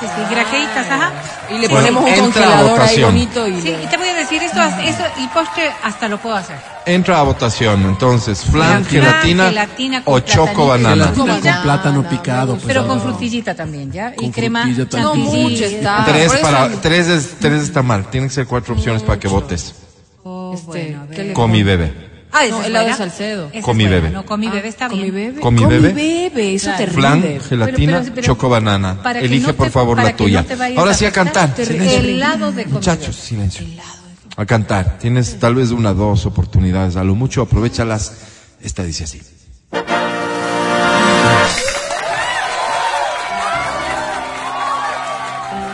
S5: Sí, sí, grajeitas, ajá.
S4: Ah, y le
S2: Bueno,
S4: ponemos un
S2: entra a
S4: congelador ahí
S2: votación.
S4: bonito. Y
S5: Sí,
S4: le-
S5: y te voy a decir esto, eso, el postre hasta lo puedo hacer.
S2: Entra a votación, entonces, flan,
S5: Flan,
S2: gelatina,
S5: gelatina con
S2: o choco
S5: platanito.
S2: banana.
S6: Gelatina con
S4: Banana,
S6: plátano
S4: me
S6: picado. pues,
S5: Pero con
S6: Álvaro.
S5: frutillita también, ¿ya? Y
S6: Con
S5: crema
S6: frutilla
S5: chantilly. Este,
S6: también.
S4: No mucho
S5: Ah,
S4: está.
S2: Tres,
S4: Por eso-
S2: para, tres, es, tres está mal, tienen que ser cuatro opciones para que votes.
S5: Oh,
S4: Este,
S5: bueno, a ver.
S4: ¿qué le-
S2: Con mi bebé.
S5: Ah, esa
S4: No,
S5: es
S4: helado
S5: buena.
S4: de Salcedo.
S5: Esa es
S2: Con mi
S5: buena,
S2: bebé.
S5: No, con mi bebé está
S4: Con mi
S5: bien.
S4: bebé.
S2: Con mi bebé.
S4: bebé, Eso te
S2: Flan,
S4: rinde.
S2: gelatina,
S5: pero- pero-
S2: choco banana.
S5: Para que
S2: Elige
S5: no
S2: por
S5: te-
S2: favor
S5: para
S2: la
S5: que
S2: tuya.
S5: no te vayas
S2: Ahora sí a cantar. Silencio.
S5: El lado de comida.
S2: Muchachos, silencio. A cantar. Tienes tal vez una, dos oportunidades. A lo mucho aprovechalas. Esta dice así.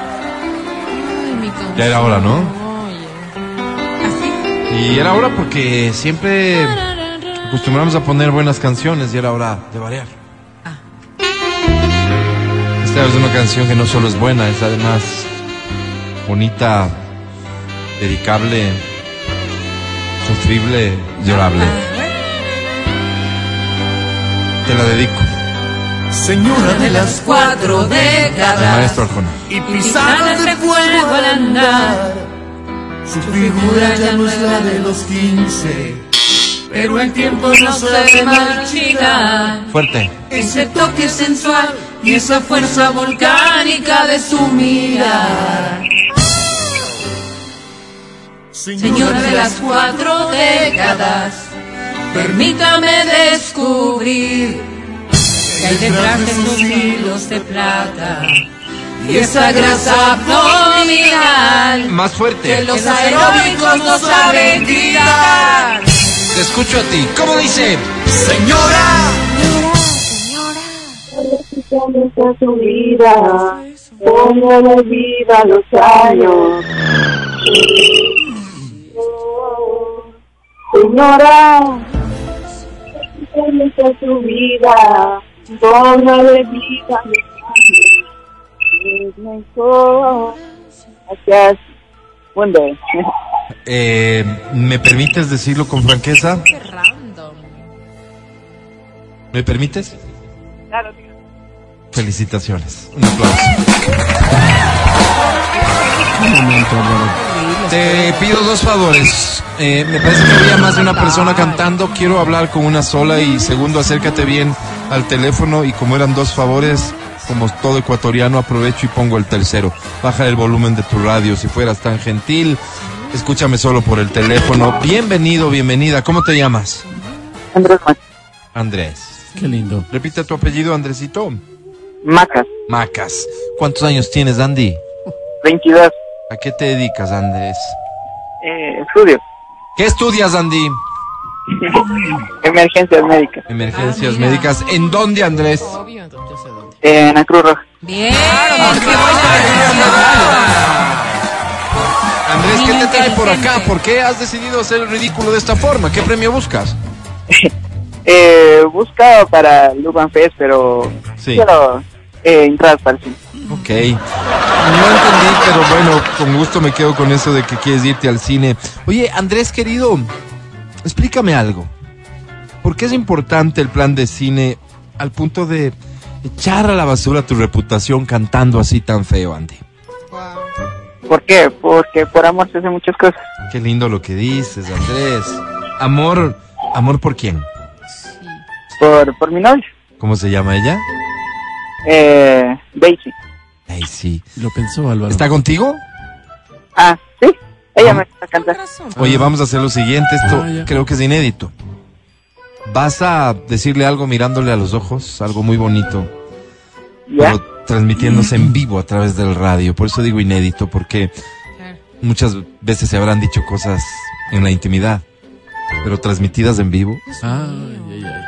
S4: Ay, mi
S2: Ya era hora, ¿no?
S4: Oye.
S5: Así.
S2: Y era hora porque siempre acostumbramos a poner buenas canciones y era hora de variar. Esta es una canción que no solo es buena, es además bonita, dedicable, sufrible, llorable. Te la dedico,
S8: Señora de las
S5: Cuatro
S2: al
S5: décadas.
S2: maestro Arjona.
S8: y pisadas de fuego al andar. Su figura ya no es la de los 15, pero el tiempo no se marchita.
S2: Fuerte.
S8: Ese toque sensual y esa fuerza volcánica de su mirar. Señora de las cuatro décadas, permítame descubrir que hay detrás de sus hilos de plata y esa grasa abdominal
S2: Más
S8: que
S2: fuerte.
S8: los aeróbicos no saben gritar.
S2: Te escucho a ti. ¿Cómo dice?
S8: Señora,
S9: Está su vida, cómo le viva los años. Señora, cómo está su vida, cómo le viva los años. Es mejor. Gracias. Buen [LAUGHS] día.
S2: Eh, ¿Me permites decirlo con franqueza?
S4: Qué random.
S2: ¿Me permites?
S9: Claro,
S2: Felicitaciones. Un aplauso.
S6: Un momento, Álvaro.
S4: Horrible,
S2: Te pido dos favores. Eh, me parece que había más de una persona cantando. Quiero hablar con una sola y segundo, acércate bien al teléfono y como eran dos favores, como todo ecuatoriano, aprovecho y pongo el tercero. Baja el volumen de tu radio si fueras tan gentil. Escúchame solo por el teléfono. Bienvenido, bienvenida. ¿Cómo te llamas?
S9: Andrés Macas.
S2: Andrés.
S3: Qué lindo.
S2: Repite tu apellido, Andresito.
S9: Macas,
S2: Macas. ¿Cuántos años tienes, Andy?
S9: 22.
S2: ¿A qué te dedicas, Andrés?
S9: Eh, estudio.
S2: ¿Qué estudias, Andy?
S9: Emergencias médicas.
S2: Emergencias
S5: Ah, mira.
S2: médicas. ¿En dónde, Andrés?
S4: Obvio, entonces ya sé dónde.
S9: Eh, en la Cruz Roja.
S5: Bien. qué buena
S2: Andrés, ¿qué
S5: Niño
S2: te trae por acá?
S5: inteligente.
S2: ¿Por qué has decidido hacer el ridículo de esta forma? ¿Qué premio buscas?
S9: Eh, buscaba para Luban Fest, pero
S2: Sí.
S9: quiero eh, entrar para el cine.
S2: Ok. No entendí, pero bueno, con gusto me quedo con eso de que quieres irte al cine. Oye, Andrés, querido, explícame algo. ¿Por qué es importante el plan de cine al punto de echar a la basura tu reputación cantando así tan feo, Andy?
S9: ¿Por qué? Porque por amor se hacen muchas cosas.
S2: Qué lindo lo que dices, Andrés. Amor, amor por quién?
S9: Por, por mi novia,
S2: ¿Cómo se llama ella?
S9: eh, Daisy.
S2: Ay, sí.
S3: Lo pensó Álvaro.
S2: ¿Está contigo?
S9: Ah, sí, ella me va a cantar.
S2: Oye, vamos a hacer lo siguiente, esto
S3: Ah, ya.
S2: creo que es inédito. Vas a decirle algo mirándole a los ojos, algo muy bonito,
S9: ¿Ya?
S2: pero transmitiéndose
S3: [LAUGHS]
S2: en vivo a través del radio. Por eso digo inédito, porque muchas veces se habrán dicho cosas en la intimidad, pero transmitidas en vivo.
S3: Ay, ay, ay.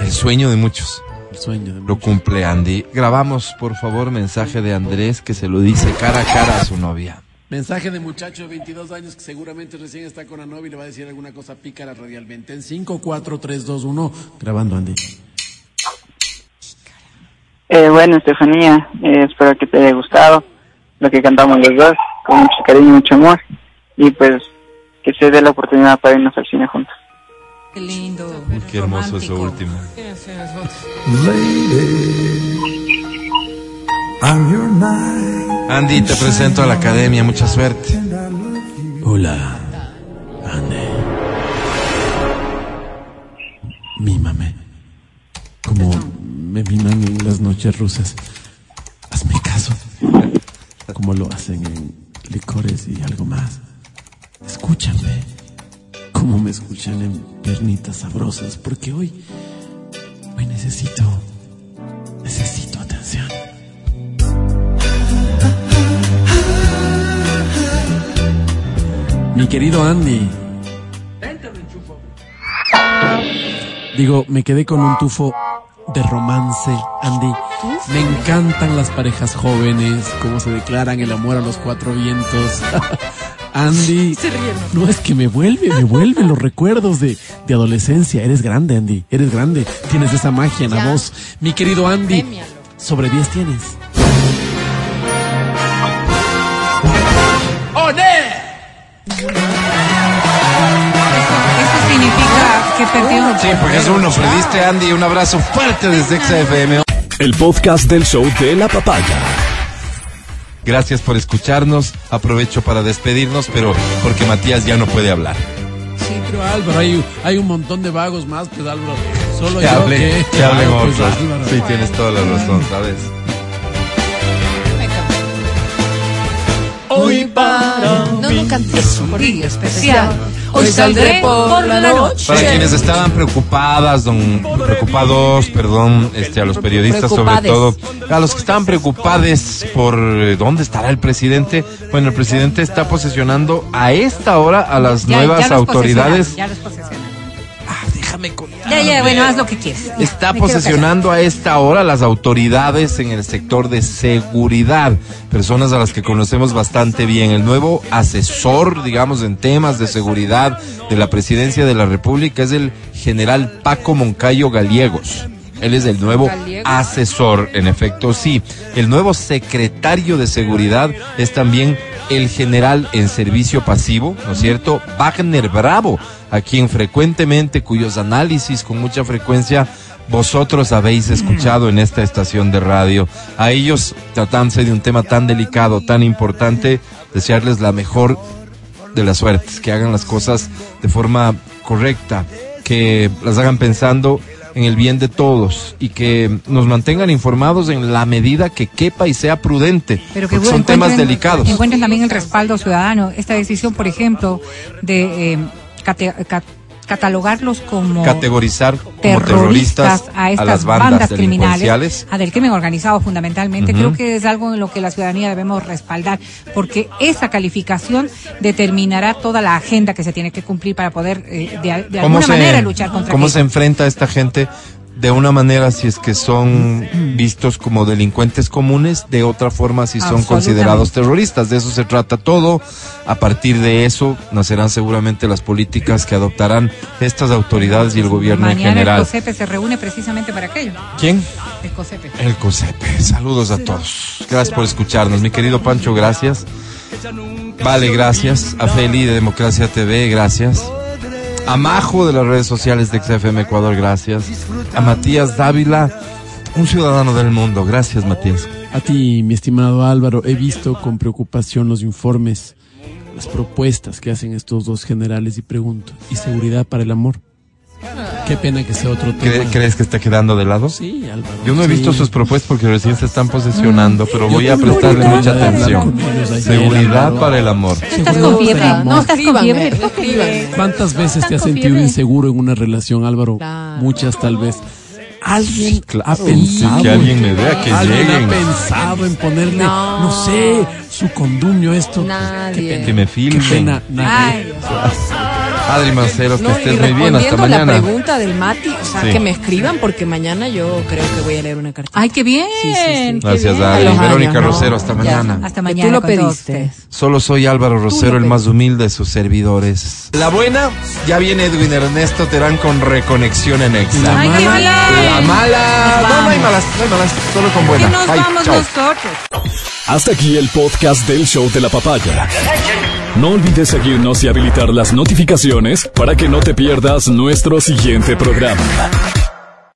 S2: El sueño de muchos
S3: El sueño de
S2: lo cumple Andy. Grabamos, por favor, mensaje de Andrés que se lo dice cara a cara a su novia.
S6: Mensaje de muchacho de 22 años que seguramente recién está con la novia y le va a decir alguna cosa pícara radialmente. En 5, 4, 3, 2, 1.
S3: Grabando, Andy.
S9: Eh, bueno, Estefanía, eh, espero que te haya gustado lo que cantamos los dos, con mucho cariño y mucho amor. Y pues que se dé la oportunidad para irnos al cine juntos.
S5: Qué lindo.
S2: Qué hermoso eso
S5: Romántico.
S2: último. Andy, te presento a la academia, mucha suerte.
S3: Hola, Andy. Mímame. Como me miman en las noches rusas. Hazme caso. Como lo hacen en licores y algo más. Escúchame. Como me escuchan en pernitas sabrosas. Porque hoy. Hoy necesito. Necesito atención. Mi querido Andy. Digo, me quedé con un tufo de romance, Andy. Me encantan las parejas jóvenes, cómo se declaran el amor a los cuatro vientos. [LAUGHS] Andy, no es que me vuelve, me vuelve los recuerdos de, de adolescencia. Eres grande, Andy, eres grande. Tienes esa magia en la
S4: Ya.
S3: voz. Mi querido Andy,
S4: Premialo.
S3: sobre 10 tienes.
S5: Eso significa que perdió.
S2: Sí, porque es uno. Perdiste, Andy. Un abrazo fuerte desde XFM.
S1: El podcast del show de la papaya.
S2: Gracias por escucharnos. Aprovecho para despedirnos, pero porque Matías ya no puede hablar.
S6: Sí, pero Álvaro, hay, hay un montón de vagos más, pues Álvaro. Solo
S2: Que
S6: yo
S2: hable,
S6: que-
S2: que hable
S3: Ah,
S6: Claro,
S2: con
S6: pues,
S2: otros.
S6: Álvaro.
S2: Sí, tienes toda la razón, ¿sabes?
S5: Hoy para no, no cantes un día especial. Hoy saldré por Pues la noche.
S2: Para quienes estaban preocupadas, don, preocupados, perdón, este, a los periodistas sobre todo, a los que estaban preocupados por eh, dónde estará el presidente, bueno, el presidente está posesionando a esta hora a las
S5: Ya- ya
S2: nuevas
S5: los
S2: autoridades,
S5: posesionaron, Ya los posesionaron. Ah, déjame contar. Ya, ya, bueno, haz lo que quieras. Ya,
S2: está
S5: me quiero
S2: posesionando a esta hora a las autoridades en el sector de seguridad, personas a las que conocemos bastante bien, el nuevo asesor, digamos, en temas de seguridad de la presidencia de la República es el general Paco Moncayo Gallegos. Él es el nuevo asesor, en efecto, sí. El nuevo secretario de seguridad es también el general en servicio pasivo, ¿no es cierto? Wagner Bravo, a quien frecuentemente, cuyos análisis con mucha frecuencia vosotros habéis escuchado en esta estación de radio. A ellos, tratándose de un tema tan delicado, tan importante, desearles la mejor de las suertes, que hagan las cosas de forma correcta, que las hagan pensando en el bien de todos y que nos mantengan informados en la medida que quepa y sea prudente,
S5: Pero que
S2: porque
S5: bueno,
S2: son temas
S5: encuentren-
S2: delicados.
S5: Encuentren también el respaldo ciudadano. Esta decisión, por ejemplo, de eh, cate- ca- catalogarlos como
S2: Categorizar como
S5: terroristas
S2: terroristas
S5: a estas
S2: las bandas,
S5: bandas,
S2: delincuenciales.
S5: criminales, a del crimen organizado fundamentalmente.
S2: Ujú.
S5: Creo que es algo en lo que la ciudadanía debemos respaldar, porque esa calificación determinará toda la agenda que se tiene que cumplir para poder eh, de, al- de alguna manera luchar contra
S2: cómo
S5: aquello.
S2: se enfrenta a esta gente de una manera si es que son
S5: Mm.
S2: vistos como delincuentes comunes, de otra forma si son
S5: Absolutamente.
S2: considerados terroristas. De eso se trata todo. A partir de eso nacerán seguramente las políticas que adoptarán estas autoridades y el gobierno
S5: Mañana
S2: en general.
S5: el COSEPE se reúne precisamente para aquello.
S2: ¿Quién?
S5: El COSEPE.
S2: El COSEPE. Saludos a todos. Gracias por escucharnos. Mi querido Pancho, gracias. Vale, gracias. A Feli de Democracia TV, gracias. A Majo de las redes sociales de XFM Ecuador, gracias. A Matías Dávila, un ciudadano del mundo. Gracias, Matías.
S3: A ti, mi estimado Álvaro, he visto con preocupación los informes, las propuestas que hacen estos dos generales y pregunto, ¿y seguridad para el amor? Qué pena que sea otro
S2: ¿Cre-
S3: tema.
S2: ¿Crees que está quedando de lado?
S3: Sí, Álvaro.
S2: Yo no he
S3: sí.
S2: visto sus propuestas porque recién se están
S4: Mm.
S2: posesionando, pero
S3: Yo
S2: voy a
S3: tuve la
S2: prestarle
S3: oportunidad
S2: mucha
S3: de hablar
S2: atención.
S3: con ellos ayer,
S2: Seguridad
S3: Álvaro.
S2: para el amor.
S5: Estás
S3: Seguro
S5: con fiebre,
S3: será,
S5: no estás con
S4: Escríbame,
S5: fiebre.
S4: escríbame.
S3: ¿Cuántas veces te has
S5: Tanto
S3: sentido
S5: fiebre.
S3: inseguro en una relación, Álvaro?
S4: Claro.
S3: Muchas tal vez. ¿Alguien ha
S2: Sí,
S3: pensado?
S2: que
S4: Ah,
S2: alguien me vea, que
S3: ¿Alguien ha
S2: lleguen,
S3: pensado en ponerle, no,
S4: No.
S3: sé, su condumio a esto?
S4: Nadie.
S3: Qué pena.
S2: que me
S3: Qué
S2: filmen.
S3: pena, nadie.
S5: Ay, Dios.
S2: Adri Marcelo, que
S4: No, y
S2: estés muy bien. Hasta
S4: respondiendo a la
S2: mañana.
S4: pregunta del Mati, o sea,
S2: Sí.
S4: que me escriban porque mañana yo creo que voy a leer una carta.
S5: Ay, qué bien.
S4: Sí, sí, sí.
S2: Gracias,
S4: bien.
S2: Adri.
S4: A los
S2: Verónica
S4: años, ¿no?
S2: Rosero, hasta mañana.
S5: Hasta
S4: Que
S5: mañana.
S4: tú lo
S5: con todos
S4: pediste.
S5: ustedes.
S2: Solo soy Álvaro Rosero, el
S4: pediste.
S2: más humilde de sus servidores. La buena, ya viene Edwin Ernesto Terán con Reconexión en Exa.
S5: Ay, qué
S2: La
S5: bien.
S2: mala.
S5: Nos
S2: No, no hay
S5: vamos.
S2: malas, no hay malas, solo con
S5: Que
S2: buena.
S5: nos
S2: Ay,
S5: vamos
S2: chao.
S5: nosotros.
S1: Hasta aquí el podcast del show de la papaya. No olvides seguirnos y habilitar las notificaciones para que no te pierdas nuestro siguiente programa.